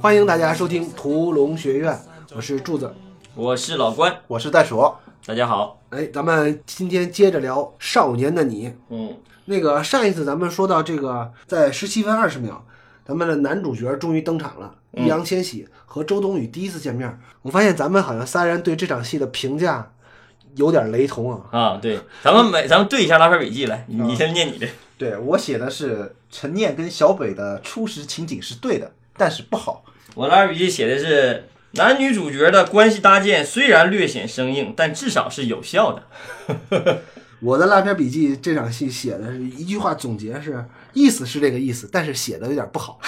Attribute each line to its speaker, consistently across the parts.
Speaker 1: 欢迎大家收听《屠龙学院》，我是柱子，
Speaker 2: 我是老关，
Speaker 3: 我是袋鼠。
Speaker 2: 大家好。
Speaker 1: 哎，咱们今天接着聊《少年的你》。
Speaker 2: 嗯，
Speaker 1: 那个上一次咱们说到这个，在十七分二十秒，咱们的男主角终于登场了，
Speaker 3: 嗯
Speaker 1: 易烊千玺和周冬雨第一次见面。我发现咱们好像三人对这场戏的评价有点雷同啊。
Speaker 2: 啊，对，咱们每咱们对一下《拉片笔记》来，你先念你的。
Speaker 3: 对我写的是陈念跟小北的初识情景是对的，但是不好。
Speaker 2: 我《拉片笔记》写的是男女主角的关系搭建虽然略显生硬，但至少是有效的。
Speaker 1: 我的拉片笔记这场戏写的是一句话总结是，意思是这个意思，但是写的有点不好。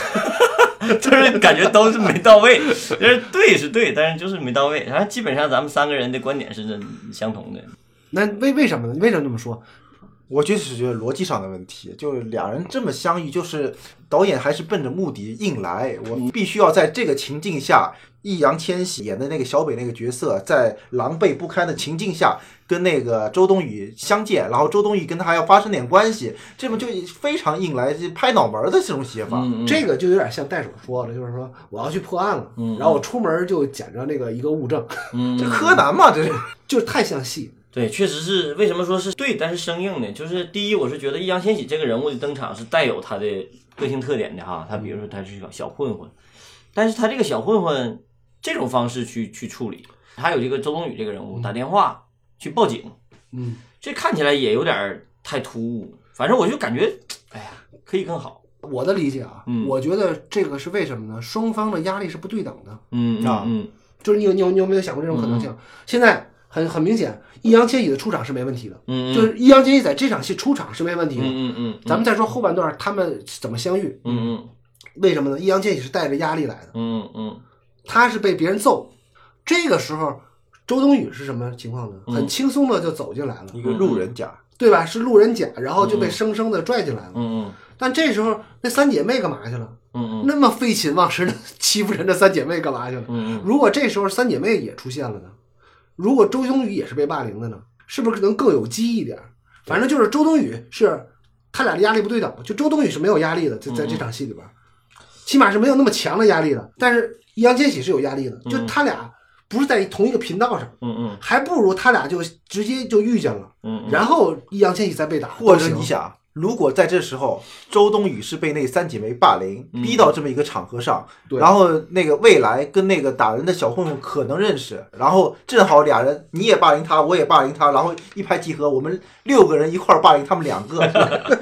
Speaker 2: 就是感觉都是没到位，就是对是对，但是就是没到位。然后基本上咱们三个人的观点是相同的。
Speaker 1: 那为为什么呢？你为什么这么说？
Speaker 3: 我就是觉得逻辑上的问题，就是俩人这么相遇，就是导演还是奔着目的硬来，我必须要在这个情境下，易烊千玺演的那个小北那个角色，在狼狈不堪的情境下跟那个周冬雨相见，然后周冬雨跟他还要发生点关系，这不就非常硬来，就拍脑门儿的这种写法。
Speaker 2: 嗯，
Speaker 1: 这个就有点像袋鼠说的，就是说我要去破案了，
Speaker 2: 嗯
Speaker 1: 然后我出门就捡着那个一个物证，
Speaker 3: 这柯南嘛，这是。
Speaker 1: 就是太像戏。
Speaker 2: 对，确实是。为什么说是对，但是生硬呢？就是第一，我是觉得易烊千玺这个人物的登场是带有他的个性特点的哈。他比如说他是小小混混，但是他这个小混混这种方式去去处理，还有这个周冬雨这个人物打电话去报警，
Speaker 1: 嗯，
Speaker 2: 这看起来也有点儿太突兀。反正我就感觉，哎呀，可以更好。
Speaker 1: 我的理解啊，
Speaker 2: 嗯
Speaker 1: 我觉得这个是为什么呢？双方的压力是不对等的，
Speaker 2: 嗯
Speaker 3: 啊
Speaker 2: 嗯
Speaker 1: 就是你有你有你有没有想过这种可能性？现在很很明显，易烊千玺的出场是没问题的，
Speaker 2: 嗯，
Speaker 1: 就是易烊千玺在这场戏出场是没问题的。
Speaker 2: 嗯嗯嗯，
Speaker 1: 咱们再说后半段他们怎么相遇，
Speaker 2: 嗯嗯
Speaker 1: 为什么呢？易烊千玺是带着压力来的，
Speaker 2: 嗯嗯
Speaker 1: 他是被别人揍，这个时候。周冬雨是什么情况呢？很轻松的就走进来了，
Speaker 3: 嗯一个嗯路人甲，
Speaker 1: 对吧？是路人甲，然后就被生生的拽进来了。
Speaker 2: 嗯
Speaker 1: 但这时候那三姐妹干嘛去了？
Speaker 2: 嗯
Speaker 1: 那么废寝忘食的 欺负人的三姐妹干嘛去了？
Speaker 2: 嗯
Speaker 1: 如果这时候三姐妹也出现了呢？如果周冬雨也是被霸凌的呢？是不是能更有记忆一点？反正就是周冬雨是他俩的压力不对等，就周冬雨是没有压力的，在在这场戏里边，起码是没有那么强的压力的。但是易烊千玺是有压力的，就他俩不是在同一个频道上，
Speaker 2: 嗯嗯
Speaker 1: 还不如他俩就直接就遇见了，
Speaker 2: 嗯，
Speaker 1: 然后易烊千玺再被打，
Speaker 3: 或者
Speaker 1: 都行
Speaker 3: 你想，如果在这时候周冬雨是被那三姐妹霸凌，逼到这么一个场合上，
Speaker 1: 对
Speaker 3: 然后那个未来跟那个打人的小混混可能认识，然后正好俩人你也霸凌他，我也霸凌他，然后一拍即合，我们六个人一块儿霸凌他们两个，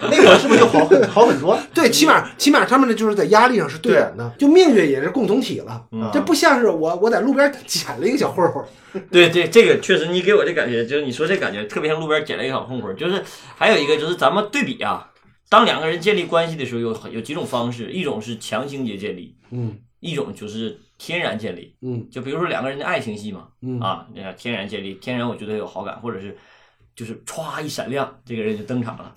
Speaker 3: 那会儿是不是就好很好很多？
Speaker 1: 对，起码起码他们的就是在压力上是对等的，就命运也是共同体了。
Speaker 2: 嗯
Speaker 1: 这不像是我我在路边捡了一个小混混儿，
Speaker 2: 对对，这个确实，你给我这感觉，就是你说这感觉特别像路边捡了一个小混混儿。就是还有一个就是咱们对比啊，当两个人建立关系的时候，有有几种方式，一种是强行结建立，
Speaker 1: 嗯
Speaker 2: 一种就是天然建立。
Speaker 1: 嗯
Speaker 2: 就比如说两个人的爱情戏嘛，
Speaker 1: 嗯
Speaker 2: 啊，那天然建立，天然我觉得有好感，或者是就是歘一闪亮，这个人就登 场了。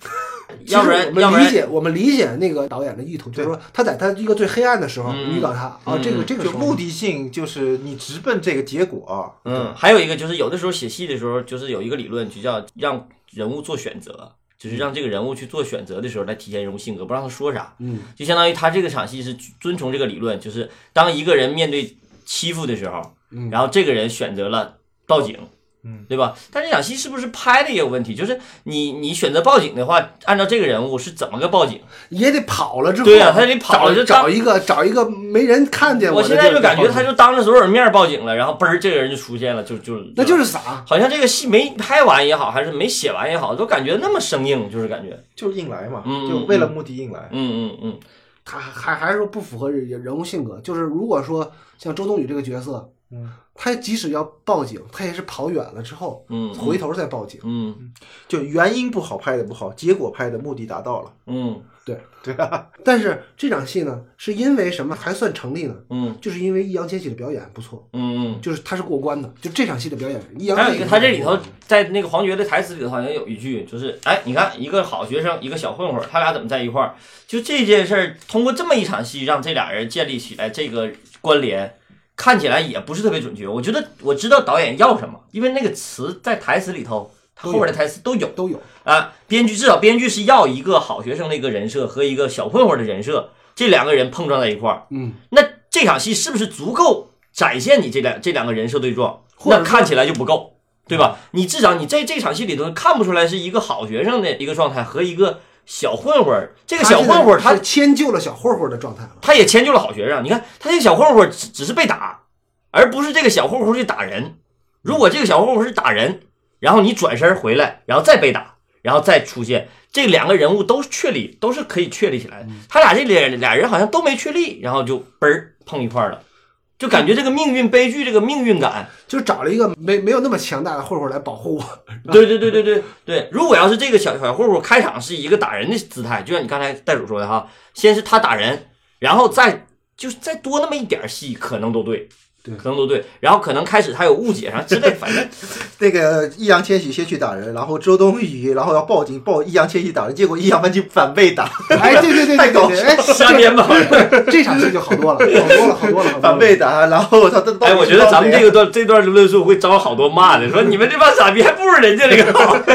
Speaker 1: 其实
Speaker 2: 要不然，
Speaker 1: 我
Speaker 2: 要不
Speaker 1: 们理
Speaker 2: 然，
Speaker 1: 解我们理解那个导演的意图，就是说他在他一个最黑暗的时候
Speaker 2: 嗯
Speaker 1: 遇到他啊，
Speaker 2: 嗯
Speaker 1: 这个这个
Speaker 3: 就
Speaker 1: 时候
Speaker 3: 目的性就是你直奔这个结果，
Speaker 2: 嗯，还有一个就是有的时候写戏的时候，就是有一个理论，就叫让人物做选择，就是让这个人物去做选择的时候来体现人物性格，不让他说啥。
Speaker 1: 嗯
Speaker 2: 就相当于他这个场戏是遵从这个理论，就是当一个人面对欺负的时候，
Speaker 1: 嗯
Speaker 2: 然后这个人选择了报警，
Speaker 3: 嗯，
Speaker 2: 对吧？但这场戏是不是拍的也有问题？就是你你选择报警的话，按照这个人物是怎么个报警？
Speaker 1: 也得跑了之后，
Speaker 2: 对呀他得跑了
Speaker 1: 找
Speaker 2: 就
Speaker 1: 找
Speaker 2: 当
Speaker 1: 一个找一个没人看见
Speaker 2: 我
Speaker 1: 的
Speaker 2: 现在
Speaker 1: 地
Speaker 2: 就
Speaker 1: 儿
Speaker 2: 感觉
Speaker 1: 跑
Speaker 2: 他
Speaker 1: 了
Speaker 2: 就当着所有人面报警了，然后嘣儿这个人就出现了，就就
Speaker 1: 那就是是傻，
Speaker 2: 好像这个戏没拍完也好，还是没写完也好，都感觉那么生硬，就是感觉，
Speaker 3: 就是硬来嘛，
Speaker 2: 嗯
Speaker 3: 就为了目的硬来。
Speaker 2: 嗯嗯嗯
Speaker 1: 他还还是说不符合人人物性格。就是如果说像周冬雨这个角色，
Speaker 3: 嗯，
Speaker 1: 他即使要报警，他也是跑远了之后
Speaker 2: 嗯，
Speaker 1: 回头再报警。
Speaker 2: 嗯
Speaker 3: 就原因不好拍的不好，结果拍的目的达到了。
Speaker 2: 嗯
Speaker 1: 但是这场戏呢，是因为什么还算成立呢？
Speaker 2: 嗯
Speaker 1: 就是因为易烊千玺的表演不错，
Speaker 2: 嗯嗯。
Speaker 1: 就是他是过关的，就这场戏的表演，易烊
Speaker 2: 还
Speaker 1: 千
Speaker 2: 有
Speaker 1: 玺
Speaker 2: 一
Speaker 1: 是
Speaker 2: 个，他啊这里
Speaker 1: 过关
Speaker 2: 头
Speaker 1: 的
Speaker 2: 在那个黄觉的台词里头好像有一句，就是哎，你看一个好学生，一个小混混，他俩怎么在一块儿？就这件事儿，通过这么一场戏，让这俩人建立起来这个关联，看起来也不是特别准确。我觉得我知道导演要什么，因为那个词在台词里头，他后边的台词都有
Speaker 1: 都有，
Speaker 2: 啊。编剧至少编剧是要一个好学生的一个人设和一个小混混的人设，这两个人碰撞在一块儿，
Speaker 1: 嗯，
Speaker 2: 那这场戏是不是足够展现你这两这两个人设对撞？
Speaker 1: 或者说
Speaker 2: 那看起来就不够，对吧？你至少你在这场戏里头看不出来是一个好学生的一个状态和一个小混混儿。这个小混混儿他
Speaker 1: 他迁就了小混混的状态了。
Speaker 2: 他也迁就了好学生。你看，他这个小混混只只是被打，而不是这个小混混去打人。如果这个小混混是打人，然后你转身回来，然后再被打，然后再出现，这两个人物都是确立，都是可以确立起来的。他俩这俩俩人好像都没确立，然后就嘣儿碰一块儿了，就感觉这个命运悲剧，这个命运感
Speaker 1: 就找了一个没没有那么强大的混混来保护我。
Speaker 2: 对对对对对对，如果要是这个小小混混开场是一个打人的姿态，就像你刚才袋鼠说的哈，先是他打人，然后再就是再多那么一点儿戏，可能都对，
Speaker 1: 对
Speaker 2: 可能都对，然后可能开始他有误解啥之类，反正
Speaker 3: 那个易烊千玺先去打人，然后周冬雨，然后要报警报易烊千玺打人，结果易烊千玺反被打，
Speaker 1: 哎，对对对对对对，哎，
Speaker 2: 瞎编吧。
Speaker 1: 这这场戏就好多了，好多了，好多了，好
Speaker 3: 反
Speaker 1: 多了。
Speaker 3: 被打，然后他他
Speaker 2: 哎，我觉得咱们这个段这段论述会招好多骂的，说你们这帮傻逼还不如人家这个好。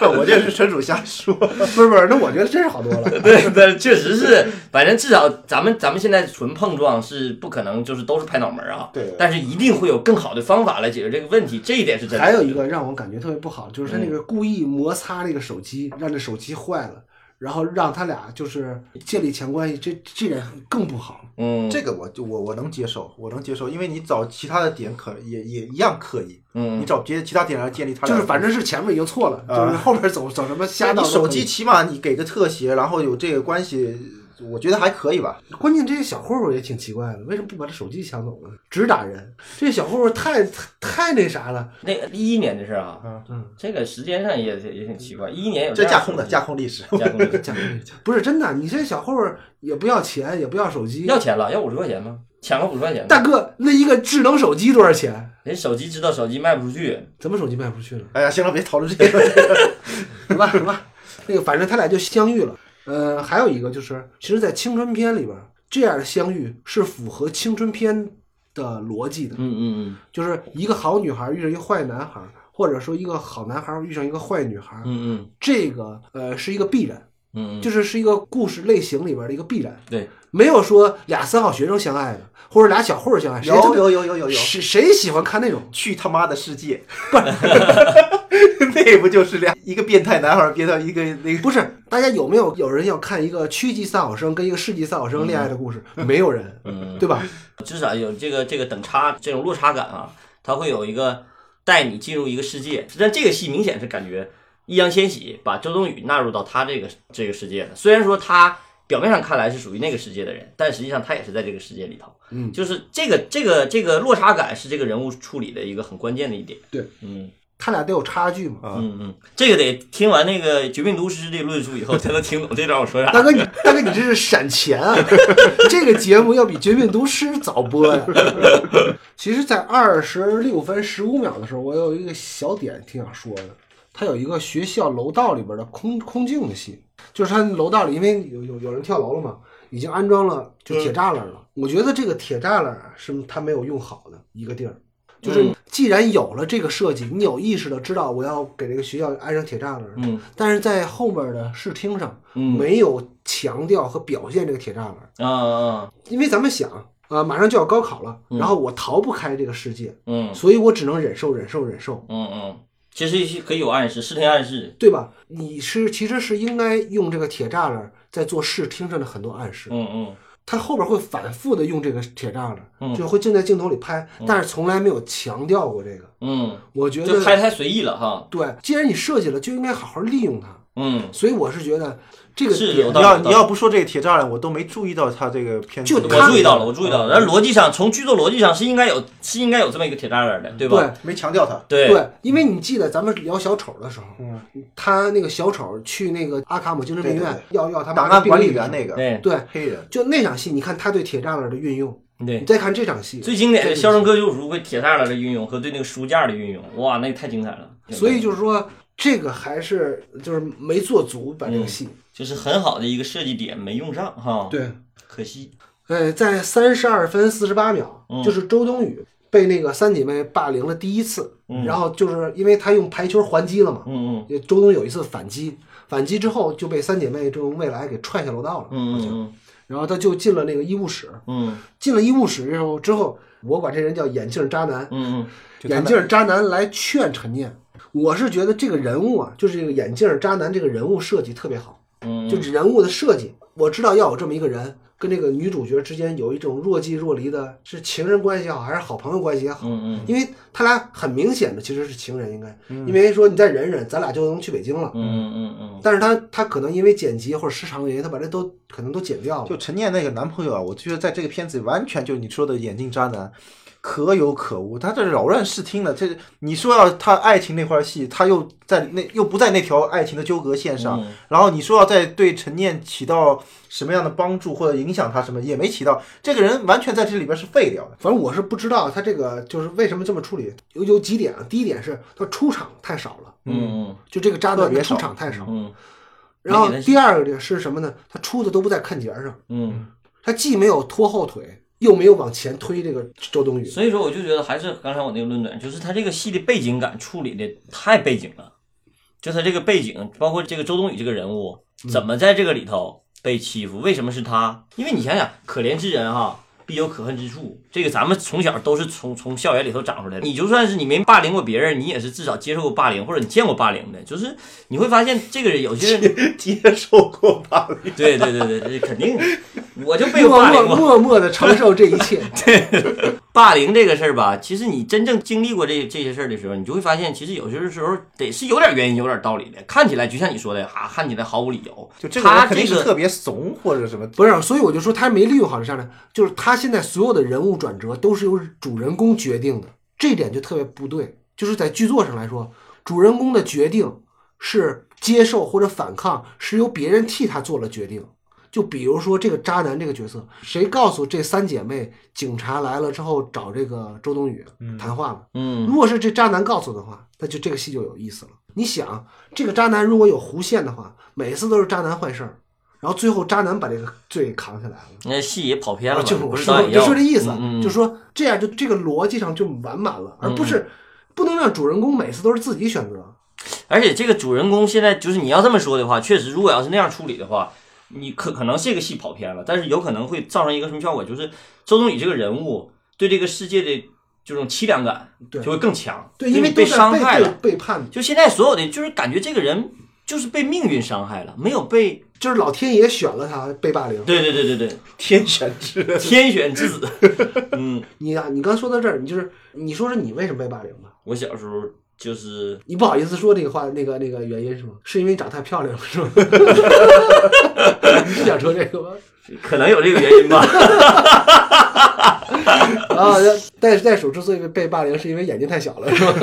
Speaker 3: 个， 我这是纯属瞎说。
Speaker 1: 不是不是，那我觉得真是好多了。
Speaker 2: 对对，确实是，反正至少咱们咱们现在纯碰撞是不可能，就是都是拍脑门儿啊。
Speaker 3: 对
Speaker 2: 但是一定会有更好的方法来解决这个问题，这一点是真的。
Speaker 1: 还有一个让我感觉特别不好，就是他那个故意摩擦那个手机，让这手机坏了，然后让他俩就是建立强关系，这这点更不好。
Speaker 2: 嗯，
Speaker 3: 这个我就我我能接受，我能接受，因为你找其他的点可也也一样可以，
Speaker 2: 嗯
Speaker 3: 你找别的其他点来建立他
Speaker 1: 就
Speaker 3: 俩
Speaker 1: 是反正是前面已经错了，就是后面走走什么瞎闹
Speaker 3: 你
Speaker 1: 都可以。
Speaker 3: 手机起码你给个特写，然后有这个关系，我觉得还可以吧。
Speaker 1: 关键这些小混混也挺奇怪的，为什么不把他手机抢走呢？只打人，这小混混太太太那啥了。
Speaker 2: 那个一一年的事儿啊，
Speaker 1: 嗯，
Speaker 2: 这个时间上也也也挺奇怪，一一年有
Speaker 3: 嗯这
Speaker 2: 样
Speaker 3: 架空的
Speaker 2: 手机
Speaker 3: 架空历史，
Speaker 2: 架空的，
Speaker 1: 讲不是真的，你这小混混也不要钱，也不要手机。
Speaker 2: 要钱了，要五十块钱吗？抢个五十块钱，
Speaker 1: 大哥，那一个智能手机多少钱？
Speaker 2: 人手机知道手机卖不出去，
Speaker 1: 怎么手机卖不出去了？
Speaker 3: 哎呀，行了，别讨论这个。
Speaker 1: 行吧，行吧，那个反正他俩就相遇了。呃，还有一个就是，其实，在青春片里边，这样的相遇是符合青春片的逻辑的，
Speaker 2: 嗯嗯
Speaker 1: 就是一个好女孩遇上一个坏男孩，或者说一个好男孩遇上一个坏女孩
Speaker 2: 嗯，嗯
Speaker 1: 这个呃是一个必然，
Speaker 2: 嗯嗯，
Speaker 1: 就是是一个故事类型里边的一个必然，
Speaker 2: 对，
Speaker 1: 没有说俩三好学生相爱的，或者俩小混儿相爱，谁
Speaker 3: 有
Speaker 1: 他妈
Speaker 3: 有有有有有，
Speaker 1: 谁谁喜欢看那种？
Speaker 3: 去他妈的世界！ 不是，那不就是两一个变态男孩，变态一个那个
Speaker 1: 不是，大家有没有有人要看一个区级三好生跟一个市级三好生恋爱的故事？没有人，
Speaker 2: 嗯
Speaker 1: 对吧？
Speaker 2: 至少有这个这个等差这种落差感啊，它会有一个带你进入一个世界。但这个戏明显是感觉易烊千玺把周冬雨纳入到他这个这个世界了。虽然说他表面上看来是属于那个世界的人，但实际上他也是在这个世界里头。
Speaker 1: 嗯
Speaker 2: 就是这个这个这个落差感是这个人物处理的一个很关键的一点。
Speaker 1: 对，
Speaker 2: 嗯
Speaker 1: 他俩得有差距嘛。
Speaker 2: 嗯嗯，这个得听完那个《绝命毒师》的论述以后，才能听懂这段我说 啥。
Speaker 1: 大哥你，大哥你这是闪钱啊！ 这个节目要比《绝命毒师》早播呀。 其实，在二十六分十五秒的时候，我有一个小点挺想说的。它有一个学校楼道里边的空空镜的戏，就是它楼道里，因为有有有人跳楼了嘛，已经安装了就
Speaker 2: 嗯
Speaker 1: 铁栅栏了。我觉得这个铁栅栏啊是它没有用好的一个地儿，就是
Speaker 2: 嗯
Speaker 1: 既然有了这个设计，你有意识的知道我要给这个学校安上铁栅栏，
Speaker 2: 嗯
Speaker 1: 但是在后面的视听上。
Speaker 2: 嗯
Speaker 1: 没有强调和表现这个铁栅栏，
Speaker 2: 啊啊
Speaker 1: 因为咱们想啊、呃马上就要高考了，
Speaker 2: 嗯
Speaker 1: 然后我逃不开这个世界，
Speaker 2: 嗯
Speaker 1: 所以我只能忍受、忍受、忍受，
Speaker 2: 嗯嗯，其实可以有暗示，视听暗示。
Speaker 1: 对吧？你是其实是应该用这个铁栅栏在做视听上的很多暗示，
Speaker 2: 嗯嗯。
Speaker 1: 它后边会反复的用这个铁栅
Speaker 2: 嗯
Speaker 1: 栏，就会正在镜头里拍，但是从来没有强调过这个。
Speaker 2: 嗯，
Speaker 1: 我觉
Speaker 2: 就拍
Speaker 1: 得
Speaker 2: 太随意了哈。
Speaker 1: 对，既然你设计了，就应该好好利用它。
Speaker 2: 嗯，
Speaker 1: 所以我是觉得这个
Speaker 2: 是
Speaker 1: 点
Speaker 2: 有
Speaker 3: 你
Speaker 2: 道
Speaker 3: 要你要不说这个铁栅栏，我都没注意到他这个片子。
Speaker 1: 就
Speaker 2: 我
Speaker 1: 他
Speaker 2: 注意到了，我注意到了。但逻辑上，从剧作逻辑上是应该有是应该有这么一个铁栅栏的，对吧？
Speaker 1: 对
Speaker 3: 没强调他。
Speaker 2: 嗯对
Speaker 1: 对，因为你记得咱们聊小丑的时候，
Speaker 3: 嗯，
Speaker 1: 他那个小丑去那个阿卡姆精神病院
Speaker 3: 对对
Speaker 1: 要要他妈
Speaker 3: 档案
Speaker 1: 病
Speaker 3: 管理
Speaker 1: 历的
Speaker 3: 员那
Speaker 1: 时
Speaker 3: 个
Speaker 2: 对
Speaker 1: 候对，
Speaker 3: 黑人，
Speaker 1: 就那场戏，你看他对铁栅栏的运用，你
Speaker 2: 对。
Speaker 1: 再看这场戏，
Speaker 2: 最经典的《
Speaker 1: 这
Speaker 2: 肖
Speaker 1: 场戏
Speaker 2: 申克救赎》和铁栅栏的运用和对那个书架的运用，哇，那个太精彩了。
Speaker 1: 所以就是说，这个还是就是没做足把这个
Speaker 2: 嗯
Speaker 1: 戏。
Speaker 2: 就是很好的一个设计点没用上哈，，
Speaker 1: 对，
Speaker 2: 可惜。
Speaker 1: 呃，在三十二分四十八秒
Speaker 2: 嗯，
Speaker 1: 就是周冬雨被那个三姐妹霸凌了第一次，
Speaker 2: 嗯
Speaker 1: 然后就是因为她用排球还击了嘛，
Speaker 2: 嗯
Speaker 1: 也周冬有一次反击，反击之后就被三姐妹这种未来给踹下楼道了。
Speaker 2: 嗯嗯嗯嗯，
Speaker 1: 然后他就进了那个医务室，
Speaker 2: 嗯
Speaker 1: 进了医务室之后，之后我管这人叫眼镜渣男，
Speaker 2: 嗯
Speaker 3: 就他
Speaker 1: 眼
Speaker 3: 们
Speaker 1: 镜渣男来劝陈念。我是觉得这个人物啊，就是这个眼镜渣男这个人物设计特别好，
Speaker 2: 嗯，
Speaker 1: 就人物的设计，我知道要有这么一个人，跟这个女主角之间有一种若即若离的，是情人关系也好，还是好朋友关系也好，
Speaker 2: 嗯嗯
Speaker 1: 因为他俩很明显的其实是情人，应该，因为说你再忍忍，咱俩就能去北京了。
Speaker 2: 嗯嗯嗯
Speaker 1: 但是他他可能因为剪辑或者时长原因，他把这都可能都剪掉
Speaker 3: 就
Speaker 1: 了。
Speaker 3: 陈念那个男朋友啊，我觉得在这个片子里完全就是你说的眼镜渣男，可有可无。他这扰乱视听了，这你说要他爱情那块戏，他又在那又不在那条爱情的纠葛线上，
Speaker 2: 嗯
Speaker 3: 然后你说要在对陈念起到什么样的帮助或者影响他什么，也没起到。这个人完全在这里边是废掉的。
Speaker 1: 反正我是不知道他这个就是为什么这么处理，有有几点啊。第一点是他出场太少了，
Speaker 2: 嗯
Speaker 1: 就这个渣
Speaker 3: 特
Speaker 1: 男
Speaker 3: 别
Speaker 1: 的出
Speaker 3: 少
Speaker 1: 场太少。
Speaker 2: 嗯
Speaker 1: 然后
Speaker 2: 没联系
Speaker 1: 第二个点是什么呢？他出的都不在看节上，
Speaker 2: 嗯，
Speaker 1: 他既没有拖后腿，又没有往前推这个周冬雨。
Speaker 2: 所以说我就觉得还是刚才我那个论点，就是他这个戏的背景感处理的太背景了，就他这个背景，包括这个周冬雨这个人物怎么在这个里头被欺负，为什么是他？因为你想想，可怜之人哈。必有可恨之处，这个咱们从小都是从从校园里头长出来的。你就算是你没霸凌过别人，你也是至少接受过霸凌，或者你见过霸凌的。就是你会发现，这个人有些人，
Speaker 3: 接受过霸凌，
Speaker 2: 对对对对，这肯定，我就被
Speaker 1: 默
Speaker 2: 过霸凌
Speaker 1: 默
Speaker 2: 过。
Speaker 1: 默默的承受这一切，
Speaker 2: 霸凌这个事儿吧，其实你真正经历过这这些事儿的时候，你就会发现，其实有些时候得是有点原因、有点道理的。看起来就像你说的，啊，看起来毫无理由。
Speaker 3: 就这个人
Speaker 2: 他
Speaker 3: 肯定
Speaker 2: 这
Speaker 3: 是
Speaker 2: 个，
Speaker 3: 特别怂或者什么。
Speaker 1: 不是，所以我就说他没利用好这渣男，就是他现在所有的人物转折都是由主人公决定的，这一点就特别不对。就是在剧作上来说，主人公的决定是接受或者反抗，是由别人替他做了决定。就比如说这个渣男这个角色，谁告诉这三姐妹警察来了之后找这个周冬雨谈话了？
Speaker 2: 嗯
Speaker 1: 如果是这渣男告诉的话，那就这个戏就有意思了。你想，这个渣男如果有弧线的话，每次都是渣男坏事儿，然后最后渣男把这个罪扛下来了。
Speaker 2: 那戏也跑偏
Speaker 1: 啊
Speaker 2: 了嘛，
Speaker 1: 就是
Speaker 2: 不
Speaker 1: 我
Speaker 2: 是
Speaker 1: 说
Speaker 2: 导
Speaker 1: 的，
Speaker 2: 演
Speaker 1: 就
Speaker 2: 要
Speaker 1: 说这意思，啊
Speaker 2: 嗯嗯、嗯
Speaker 1: 就说这样就这个逻辑上就完满了，而不是不能让主人公每次都是自己选择。
Speaker 2: 嗯而且这个主人公现在就是你要这么说的话，确实，如果要是那样处理的话，你可可能这个戏跑偏了，但是有可能会造成一个什么效果，就是周冬雨这个人物对这个世界的这种凄凉感
Speaker 1: 对
Speaker 2: 就会更强，
Speaker 1: 对，因为
Speaker 2: 就
Speaker 1: 都
Speaker 2: 被
Speaker 1: 在
Speaker 2: 伤害
Speaker 1: 被
Speaker 2: 了
Speaker 1: 被。背叛，
Speaker 2: 就现在所有的，就是感觉这个人就是被命运伤害了，没有被
Speaker 1: 就是老天爷选了他被霸凌。
Speaker 2: 对对对对对
Speaker 3: 天选之 人，
Speaker 2: 天选之子。嗯，
Speaker 1: 你呀、你刚说到这儿，你就是你说说你为什么被霸凌吧？
Speaker 2: 我小时候就是
Speaker 1: 你不好意思说这个话，那个那个原因是吗？是因为你长太漂亮了是吗？ 是想说这个吗？
Speaker 2: 可能有这个原因吧，
Speaker 1: 啊，袋袋鼠之所以被霸凌，是因为眼睛太小了，是吧？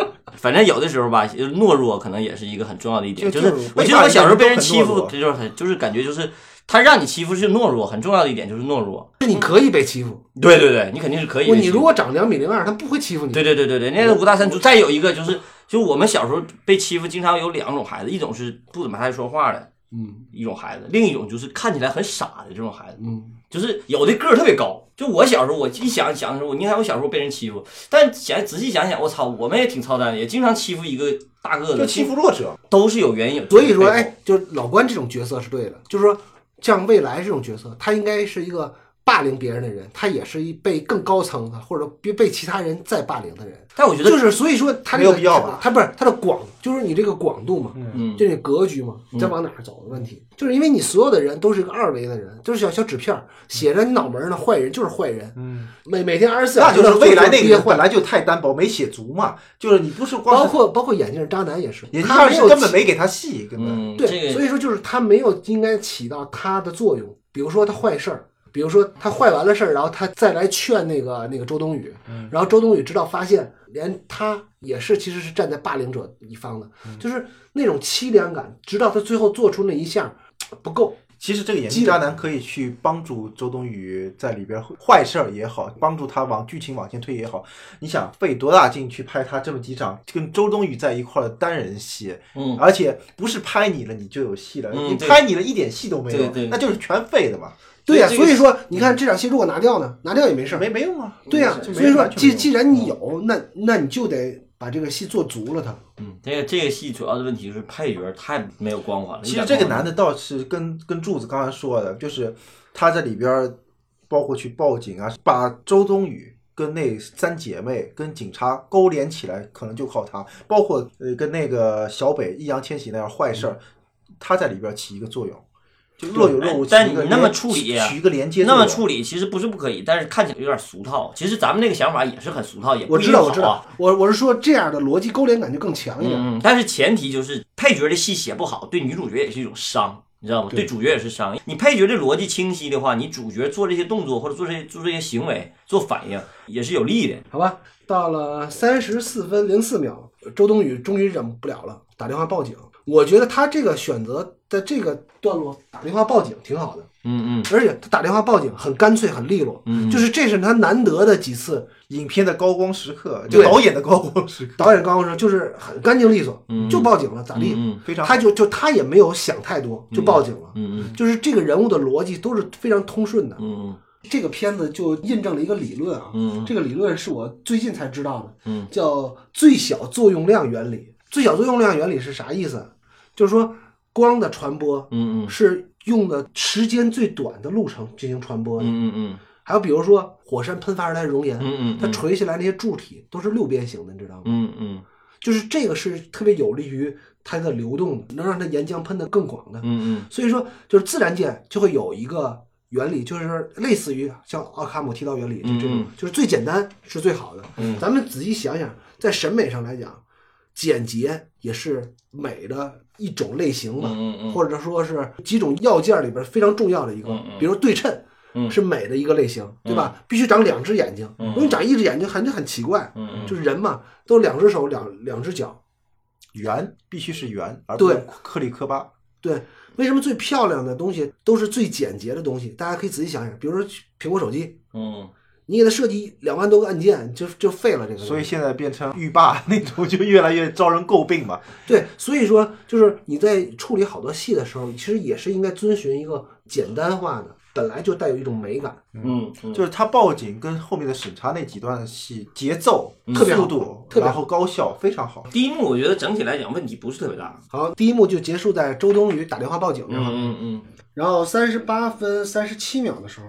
Speaker 2: 反正有的时候吧，懦弱可能也是一个很重要的一点。
Speaker 3: 就是就是
Speaker 2: 我记得我小时候被人欺
Speaker 3: 被霸凌
Speaker 2: 负，
Speaker 3: 的
Speaker 2: 这就是很就是感觉就是他让你欺负是懦弱，很重要的一点就是懦弱。
Speaker 1: 你可以被欺负，
Speaker 2: 对对对，你肯定是可以被
Speaker 1: 不，
Speaker 2: 欺负。
Speaker 1: 你如果长两米零二，他不会欺负你。
Speaker 2: 对对对对对，那个五大三粗。再有一个就是，就我们小时候被欺负，经常有两种孩子，一种是不怎么爱说话的，
Speaker 1: 嗯
Speaker 2: 一种孩子，另一种就是看起来很傻的这种孩子，
Speaker 1: 嗯，
Speaker 2: 就是有的个儿特别高。就我小时候，我一想想的时候，我你看我小时候被人欺负，但想仔细想想，我操，我们也挺操蛋的，也经常欺负一个大个子，
Speaker 3: 就欺负弱者。
Speaker 2: 都是有原因。
Speaker 1: 所以说，哎，就是老关这种角色是对的，就是说，像未来这种角色，他应该是一个霸凌别人的人，他也是一被更高层的或者被被其他人再霸凌的人，
Speaker 2: 但我觉得
Speaker 1: 就是所以说他这个
Speaker 3: 没有必要吧
Speaker 1: 他不是他的广，就是你这个广度嘛，
Speaker 2: 嗯
Speaker 1: 就你格局嘛，再往哪儿走的问题，就是因为你所有的人都是一个二维的人，就是小小纸片儿写着你脑门儿上的坏人就是坏人，
Speaker 3: 嗯，
Speaker 1: 每每天二十四小
Speaker 3: 那
Speaker 1: 时
Speaker 3: 就是未来那
Speaker 1: 都
Speaker 3: 个
Speaker 1: 憋
Speaker 3: 人
Speaker 1: 坏
Speaker 3: 本，来就太单薄，没写足嘛。就是你不是光
Speaker 1: 包
Speaker 3: 是
Speaker 1: 括包括眼镜渣男也是，
Speaker 3: 也
Speaker 1: 他
Speaker 3: 就是
Speaker 1: 没有
Speaker 3: 根本
Speaker 1: 起
Speaker 3: 没给他戏，根本。
Speaker 2: 嗯，这
Speaker 1: 对，所
Speaker 2: 个
Speaker 1: 以说就是他没有应该起到他的作用。比如说他坏事儿，比如说他坏完了事儿，然后他再来劝那个那个周冬雨，
Speaker 2: 嗯
Speaker 1: 然后周冬雨直到发现，连他也是其实是站在霸凌者一方的，
Speaker 2: 嗯
Speaker 1: 就是那种凄凉感，直到他最后做出那一下不够，
Speaker 3: 其实这个演技渣男可以去帮助周冬雨在里边坏事儿也好，帮助他往剧情往前推也好。你想费多大劲去拍他这么几场跟周冬雨在一块儿的单人戏，
Speaker 2: 嗯
Speaker 3: 而且不是拍你了你就有戏了，
Speaker 2: 嗯
Speaker 3: 你
Speaker 2: 对
Speaker 3: 拍你了一点戏都没有，
Speaker 2: 对对
Speaker 3: 那就是全废的嘛，
Speaker 1: 对呀、
Speaker 2: 这个
Speaker 1: 所以说你看这场戏如果拿掉呢，拿掉也没事儿，
Speaker 3: 没没用啊。
Speaker 1: 对呀、
Speaker 3: 就没
Speaker 1: 所以说
Speaker 3: 完全没
Speaker 1: 既
Speaker 3: 用
Speaker 1: 既然你有，那那你就得把这个戏做足了他。
Speaker 2: 嗯，这个这个戏主要的问题就是配角太没有光环了。
Speaker 3: 其实这个男
Speaker 2: 的，
Speaker 3: 的倒是跟跟柱子刚才说的，就是他这里边儿包括去报警啊，把周冬雨跟那三姐妹跟警察勾连起来，可能就靠他。包括呃跟那个小北易烊千玺那样坏事儿，他在里边儿起一个作用，就若有若
Speaker 2: 嗯哎
Speaker 3: 无起
Speaker 2: 但
Speaker 3: 一个
Speaker 2: 你
Speaker 3: 连。
Speaker 2: 那么处理啊
Speaker 3: 起一个连接作
Speaker 2: 那
Speaker 3: 用，
Speaker 2: 么处理其实不是不可以，但是看起来有点俗套。其实咱们那个想法也是很俗套，也不
Speaker 1: 我
Speaker 2: 一
Speaker 1: 知
Speaker 2: 定
Speaker 1: 道，
Speaker 2: 好啊
Speaker 1: 我知道，我我是说这样的逻辑勾连感就更强一点。
Speaker 2: 嗯，嗯，但是前提就是配角的戏写不好，对女主角也是一种伤，你知道吗？
Speaker 1: 对
Speaker 2: 对主角也是伤。你配角的逻辑清晰的话，你主角做这些动作或者做这些做这些行为、做反应也是有利的。
Speaker 1: 好吧，到了三十四分零四秒，周冬雨终于忍不了了，打电话报警。我觉得他这个选择在这个段落打电话报警挺好的，
Speaker 2: 嗯嗯
Speaker 1: 而且他打电话报警很干脆很利落，
Speaker 2: 嗯，
Speaker 1: 就是是这是他难得的几次
Speaker 3: 影片的高光时刻，就
Speaker 1: 对
Speaker 3: 导演的高光时刻，
Speaker 1: 导演刚刚说就是很干净利索，
Speaker 2: 嗯
Speaker 1: 就报警了，咋地？
Speaker 2: 嗯
Speaker 3: 非常
Speaker 1: 他就就他也没有想太多，就报警了。
Speaker 2: 嗯嗯
Speaker 1: 就是这个人物的逻辑都是非常通顺的。
Speaker 2: 嗯
Speaker 1: 这个片子就印证了一个理论啊，
Speaker 2: 嗯
Speaker 1: 这个理论是我最近才知道的，
Speaker 2: 嗯
Speaker 1: 叫最小作用量原理。最小作用量原理是啥意思啊？就是说光的传播
Speaker 2: 嗯嗯
Speaker 1: 是用的时间最短的路程进行传播的。
Speaker 2: 嗯嗯
Speaker 1: 还有比如说火山喷发而来的熔岩，
Speaker 2: 嗯嗯，
Speaker 1: 它垂下来那些柱体都是六边形的，你知道吗？
Speaker 2: 嗯嗯
Speaker 1: 就是这个是特别有利于它的流动的，能让它岩浆喷得更广的。
Speaker 2: 嗯嗯
Speaker 1: 所以说，就是自然界就会有一个原理，就是类似于像奥卡姆剃刀原理，就这种
Speaker 2: 嗯，
Speaker 1: 就是最简单是最好的。
Speaker 2: 嗯
Speaker 1: 咱们仔细想想，在审美上来讲，简洁也是美的一种类型吧，
Speaker 2: 嗯嗯，
Speaker 1: 或者说是几种要件里边非常重要的一个
Speaker 2: 嗯嗯，
Speaker 1: 比如对称。
Speaker 2: 嗯
Speaker 1: 是美的一个类型，对吧？必须长两只眼睛，
Speaker 2: 嗯
Speaker 1: 如果你长一只眼睛，感觉很奇怪。
Speaker 2: 嗯嗯
Speaker 1: 就是人嘛，都是两只手、两两只脚，
Speaker 3: 圆必须是圆，而不是
Speaker 1: 对
Speaker 3: 克里科巴。
Speaker 1: 对，为什么最漂亮的东西都是最简洁的东西？大家可以仔细想想，比如说苹果手机，
Speaker 2: 嗯
Speaker 1: 你给它设计两万多个按键，就就废了这个东西。
Speaker 3: 所以现在变成浴霸那种，就越来越招人诟病嘛。
Speaker 1: 对，所以说就是你在处理好多戏的时候，其实也是应该遵循一个简单化的，本来就带有一种美感。
Speaker 2: 嗯嗯，
Speaker 3: 就是他报警跟后面的审查那几段戏，节奏、
Speaker 1: 特别好
Speaker 3: 嗯速度，
Speaker 1: 特别好
Speaker 3: 然后高效，非常好。
Speaker 2: 第一幕我觉得整体来讲问题不是特别大。
Speaker 1: 好，第一幕就结束在周冬雨打电话报警上，
Speaker 2: 嗯嗯
Speaker 1: 然后三十八分三十七秒的时候，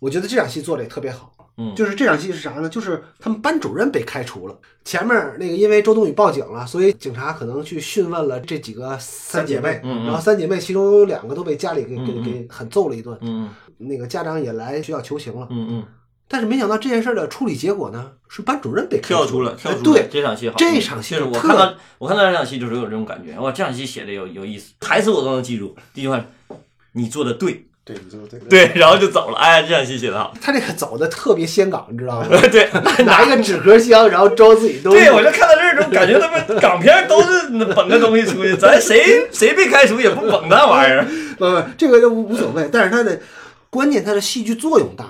Speaker 1: 我觉得这场戏做的也特别好。
Speaker 2: 嗯
Speaker 1: 就是这场戏是啥呢？就是他们班主任被开除了。前面那个因为周冬雨报警了，所以警察可能去讯问了这几个三姐妹，
Speaker 2: 嗯嗯
Speaker 1: 然后三姐妹其中有两个都被家里给给
Speaker 2: 嗯嗯
Speaker 1: 给狠揍了一顿，
Speaker 2: 嗯
Speaker 1: 那个家长也来学校求情了。
Speaker 2: 嗯嗯，
Speaker 1: 但是没想到这件事儿的处理结果呢，是班主任被开
Speaker 2: 跳出
Speaker 1: 除
Speaker 2: 了，跳
Speaker 1: 哎
Speaker 2: 出了。
Speaker 1: 对，
Speaker 2: 这场戏好，嗯
Speaker 1: 这场戏
Speaker 2: 就是
Speaker 1: 就
Speaker 2: 我
Speaker 1: 特
Speaker 2: 看到我看到这场戏就是有这种感觉，哇，这场戏写的有有意思，台词我都能记住。第一句话是，你做的对，
Speaker 3: 对，你这个对
Speaker 2: 对，然后就走了。哎，这场戏写 的好，？
Speaker 1: 他这个走的特别先岗，你知道吗
Speaker 2: 对，
Speaker 1: 拿一个纸壳箱，然后装自己东西。
Speaker 2: 对我就看到这种感觉，他们港片都是捧个东西出去，咱谁谁被开除也不捧那玩意儿。
Speaker 1: 不不，呃这个就无无所谓，但是它的关键它的戏剧作用大，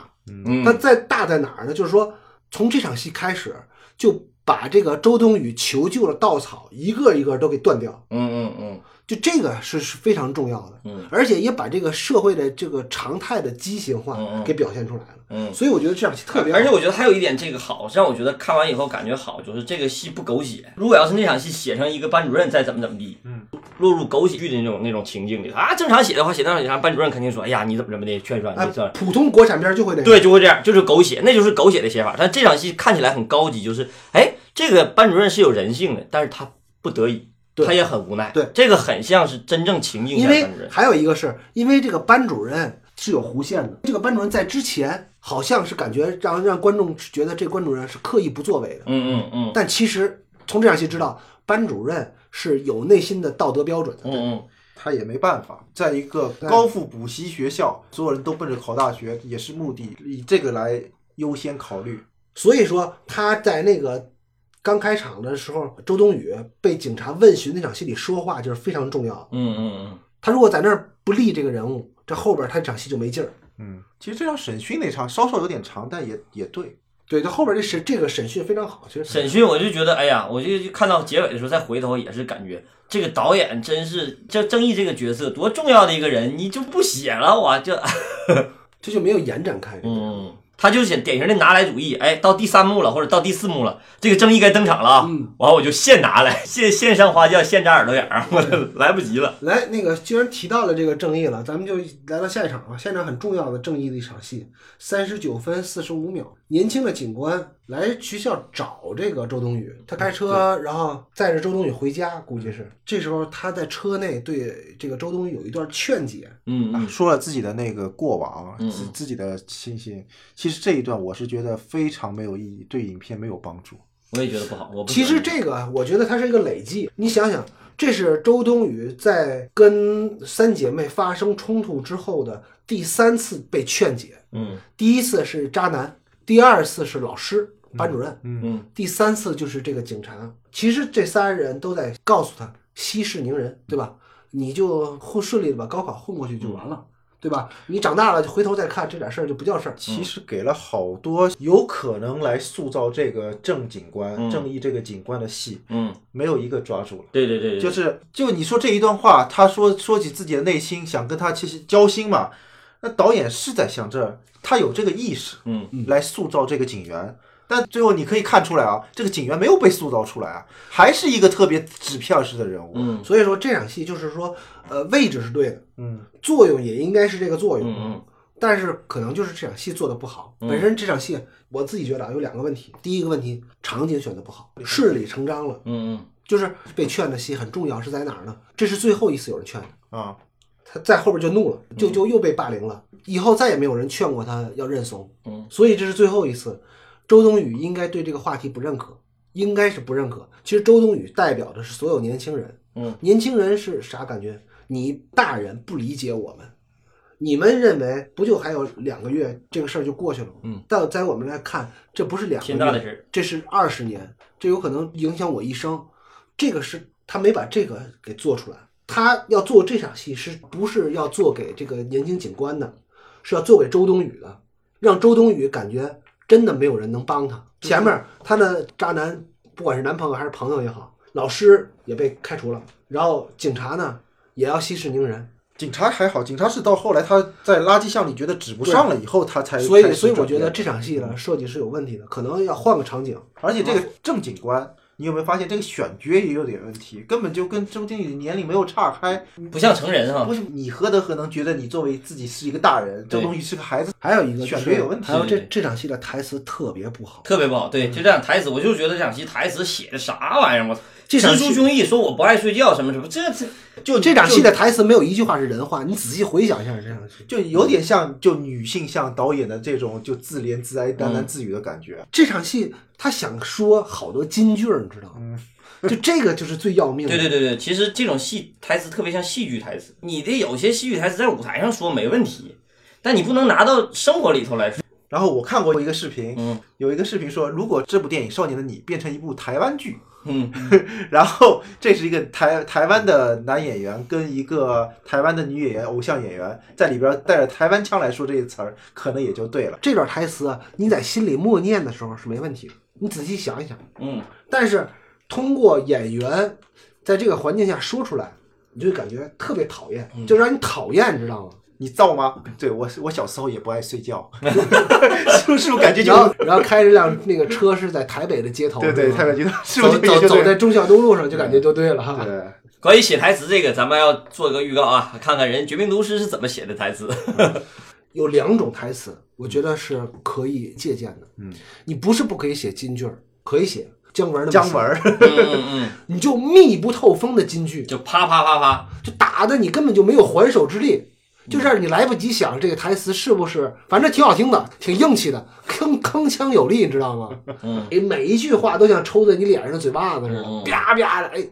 Speaker 1: 它
Speaker 2: 嗯
Speaker 1: 在大在哪儿呢？就是说从这场戏开始就把这个周冬雨求救的稻草一个一个都给断掉，
Speaker 2: 嗯嗯
Speaker 1: 就这个是是非常重要的，
Speaker 2: 嗯，
Speaker 1: 而且也把这个社会的这个常态的畸形化
Speaker 2: 嗯嗯
Speaker 1: 给表现出来了，
Speaker 2: 嗯
Speaker 1: 所以我觉得这场戏特别好，
Speaker 2: 而且我觉得还有一点这个好，让我觉得看完以后感觉好，就是这个戏不狗血。如果要是那场戏写成一个班主任再怎么怎么地，
Speaker 3: 嗯，
Speaker 2: 落入狗血剧的那种那种情境里啊，正常写的话，写那场写啥，班主任肯定说，哎呀，你怎么怎么的，劝说你
Speaker 1: 哎
Speaker 2: 这。，
Speaker 1: 普通国产片就会这样，
Speaker 2: 对，就会这样，就是狗血，那就是狗血的写法。但这场戏看起来很高级，就是哎，这个班主任是有人性的，但是他不得已，
Speaker 1: 对
Speaker 2: 他也很无奈。
Speaker 1: 对，
Speaker 2: 这个很像是真正情境
Speaker 1: 因
Speaker 2: 下的
Speaker 1: 为
Speaker 2: 班主任。
Speaker 1: 还有一个是因为这个班主任是有弧线的，这个班主任在之前好像是感觉让让观众觉得这个班主任是刻意不作为的，
Speaker 2: 嗯嗯嗯
Speaker 1: 但其实从这场戏知道，班主任是有内心的道德标准的。
Speaker 2: 嗯
Speaker 3: 他也没办法，在一个高复补习学校，所有人都奔着考大学，也是目的，以这个来优先考虑。
Speaker 1: 所以说他在那个刚开场的时候，周冬雨被警察问询那场戏里说话就是非常重要的。
Speaker 2: 嗯嗯嗯
Speaker 1: 他如果在那儿不立这个人物，这后边他这场戏就没劲儿。
Speaker 3: 嗯，其实这场审讯那场稍稍有点长，但也也对。
Speaker 1: 对，他后边这审这个审讯非常好，其实
Speaker 2: 嗯，审讯我就觉得，哎呀，我就就看到结尾的时候再回头也是感觉。这个导演真是这郑毅这个角色多重要的一个人，你就不写了，我就
Speaker 1: 这就没有延展开。
Speaker 2: 嗯，他就是典典型的拿来主义。哎，到第三幕了，或者到第四幕了，这个正义该登场了啊！
Speaker 1: 嗯，
Speaker 2: 完我就现拿来， 现现上花轿，现扎耳朵眼儿， 我都来不及了。
Speaker 1: 来，那个既然提到了这个正义了，咱们就来到下一场吧。下一场很重要的正义的一场戏，三十九分四十五秒，年轻的警官来学校找这个周冬雨，他开车，然后嗯载着周冬雨回家，估计是这时候他在车内对这个周冬雨有一段劝解，
Speaker 2: 嗯
Speaker 3: 啊，说了自己的那个过往，
Speaker 2: 嗯
Speaker 3: 自
Speaker 2: 嗯
Speaker 3: 自己的信心。其实这一段我是觉得非常没有意义，对影片没有帮助。
Speaker 2: 我也觉得不好。我不
Speaker 1: 其实
Speaker 2: 喜欢
Speaker 1: 这个我觉得它是一个累计，你想想，这是周冬雨在跟三姐妹发生冲突之后的第三次被劝解，
Speaker 2: 嗯
Speaker 1: 第一次是渣男，第二次是老师班主任，
Speaker 2: 嗯
Speaker 1: 第三次就是这个警察。其实这仨人都在告诉他息事宁
Speaker 2: 嗯
Speaker 1: 人，对吧？你就混顺利的把高考混过去就完了，
Speaker 2: 嗯
Speaker 1: 对吧？你长大了就回头再看这点事儿就不叫事儿。
Speaker 3: 其实给了好多有可能来塑造这个正警官、
Speaker 2: 嗯
Speaker 3: 正义这个警官的戏，
Speaker 2: 嗯，
Speaker 3: 没有一个抓住了。
Speaker 2: 对对对，对
Speaker 3: 就是就你说这一段话，他说说起自己的内心，想跟他其实交心嘛。那导演是在想这儿，他有这个意识，
Speaker 2: 嗯，
Speaker 3: 来塑造这个警员。但最后你可以看出来啊，这个警员没有被塑造出来啊，还是一个特别纸片式的人物。
Speaker 2: 嗯
Speaker 1: 所以说这场戏就是说，呃，位置是对的，
Speaker 3: 嗯
Speaker 1: 作用也应该是这个作用。
Speaker 2: 嗯嗯
Speaker 1: 但是可能就是这场戏做的不好。
Speaker 2: 嗯
Speaker 1: 本身这场戏我自己觉得啊有两个问题，第一个问题场景选的不好，顺理成章了，
Speaker 2: 嗯
Speaker 1: 就是被劝的戏很重要是在哪儿呢？这是最后一次有人劝他，
Speaker 3: 啊，
Speaker 1: 他在后边就怒了，就就又被霸凌了，以后再也没有人劝过他要认怂，
Speaker 2: 嗯，
Speaker 1: 所以这是最后一次，周冬雨应该对这个话题不认可，应该是不认可。其实周冬雨代表的是所有年轻人，
Speaker 2: 嗯，
Speaker 1: 年轻人是啥感觉？你大人不理解我们，你们认为不就还有两个月这个事儿就过去了吗？
Speaker 2: 嗯，
Speaker 1: 但在我们来看，这不是两个
Speaker 2: 天大的
Speaker 1: 月，
Speaker 2: 事儿
Speaker 1: 这是二十年，这有可能影响我一生。这个是他没把这个给做出来，他要做这场戏是不是要做给这个年轻警官的？是要做给周冬雨的，让周冬雨感觉真的没有人能帮他。前面他的渣男，不管是男朋友还是朋友也好，老师也被开除了，然后警察呢也要息事宁人，
Speaker 3: 警察还好，警察是到后来他在垃圾箱里觉得指不上了以后，他才
Speaker 1: 所
Speaker 3: 开
Speaker 1: 以，
Speaker 3: 始
Speaker 1: 所以我
Speaker 3: 转
Speaker 1: 觉
Speaker 3: 变
Speaker 1: 得这场戏呢
Speaker 3: 嗯
Speaker 1: 设计是有问题的，可能要换个场景。
Speaker 3: 而且这
Speaker 2: 嗯
Speaker 3: 个正警官，你有没有发现这个选角也有点问题，根本就跟周经理年龄没有岔开。
Speaker 2: 嗯，不像成人哈。
Speaker 3: 为什么你何德何能觉得你作为自己是一个大人，
Speaker 2: 对
Speaker 3: 周冬雨是个孩子？
Speaker 1: 还有一个就是
Speaker 3: 选角有问题嗯
Speaker 1: 还有这
Speaker 2: 对对
Speaker 1: 这场戏的台词特别不好。
Speaker 2: 特别不好，对，就这样台词，我就觉得这场戏台词写的啥玩意儿，我操！
Speaker 1: 这场
Speaker 2: 蜘
Speaker 1: 戏
Speaker 2: 蛛兄弟说我不爱睡觉什么什么，这这
Speaker 3: 就
Speaker 1: 这场戏
Speaker 3: 就
Speaker 1: 的台词没有一句话是人话，你仔细回想一下这场戏。
Speaker 3: 就有点像就女性向导演的这种就自怜自哀、喃喃自语的感觉。
Speaker 1: 这场戏他想说好多金句儿，你知道吗？
Speaker 3: 嗯
Speaker 1: 就这个就是最要命 的。
Speaker 2: 对对对对，其实这种戏台词特别像戏剧台词，你的有些戏剧台词在舞台上说没问题，但你不能拿到生活里头来说。
Speaker 3: 然后我看过一个视频，
Speaker 2: 嗯
Speaker 3: 有一个视频说，如果这部电影《少年的你》变成一部台湾剧，
Speaker 2: 嗯，
Speaker 3: 然后这是一个台台湾的男演员跟一个台湾的女演员、偶像演员在里边带着台湾腔来说这些词儿，可能也就对了。
Speaker 1: 这段台词啊你在心里默念的时候是没问题的，你仔细想一想。
Speaker 2: 嗯，
Speaker 1: 但是通过演员在这个环境下说出来，你就感觉特别讨厌，
Speaker 3: 嗯
Speaker 1: 就让你讨厌，你知道吗？
Speaker 3: 你 造吗？对我，我小时候也不爱睡觉，是不是是不是感觉就
Speaker 1: 然后然后开着辆那个车是在台北的街头，
Speaker 3: 对对，
Speaker 1: 是吧
Speaker 3: 太感觉到是不
Speaker 1: 走
Speaker 3: 是也
Speaker 1: 走
Speaker 3: 就
Speaker 1: 走
Speaker 3: 对
Speaker 1: 在忠孝东路上就感觉就对了哈。
Speaker 3: 对。
Speaker 2: 关于写台词这个，咱们要做一个预告啊，看看人《绝命毒师》是怎么写的台词。
Speaker 1: 有两种台词，我觉得是可以借鉴的。
Speaker 3: 嗯，
Speaker 1: 你不是不可以写金句儿，可以写姜文的
Speaker 3: 姜，文儿，
Speaker 2: 嗯嗯嗯，
Speaker 1: 你就密不透风的金句，
Speaker 2: 就啪啪啪啪，
Speaker 1: 就打的你根本就没有还手之力，
Speaker 3: 嗯
Speaker 1: 就让你来不及想这个台词是不是，反正挺好听的，挺硬气的，铿铿锵有力，你知道 吗？
Speaker 2: 嗯，
Speaker 1: 哎，每一句话都像抽在你脸上的嘴巴子似
Speaker 2: 嗯
Speaker 1: 的，啪啪的，哎，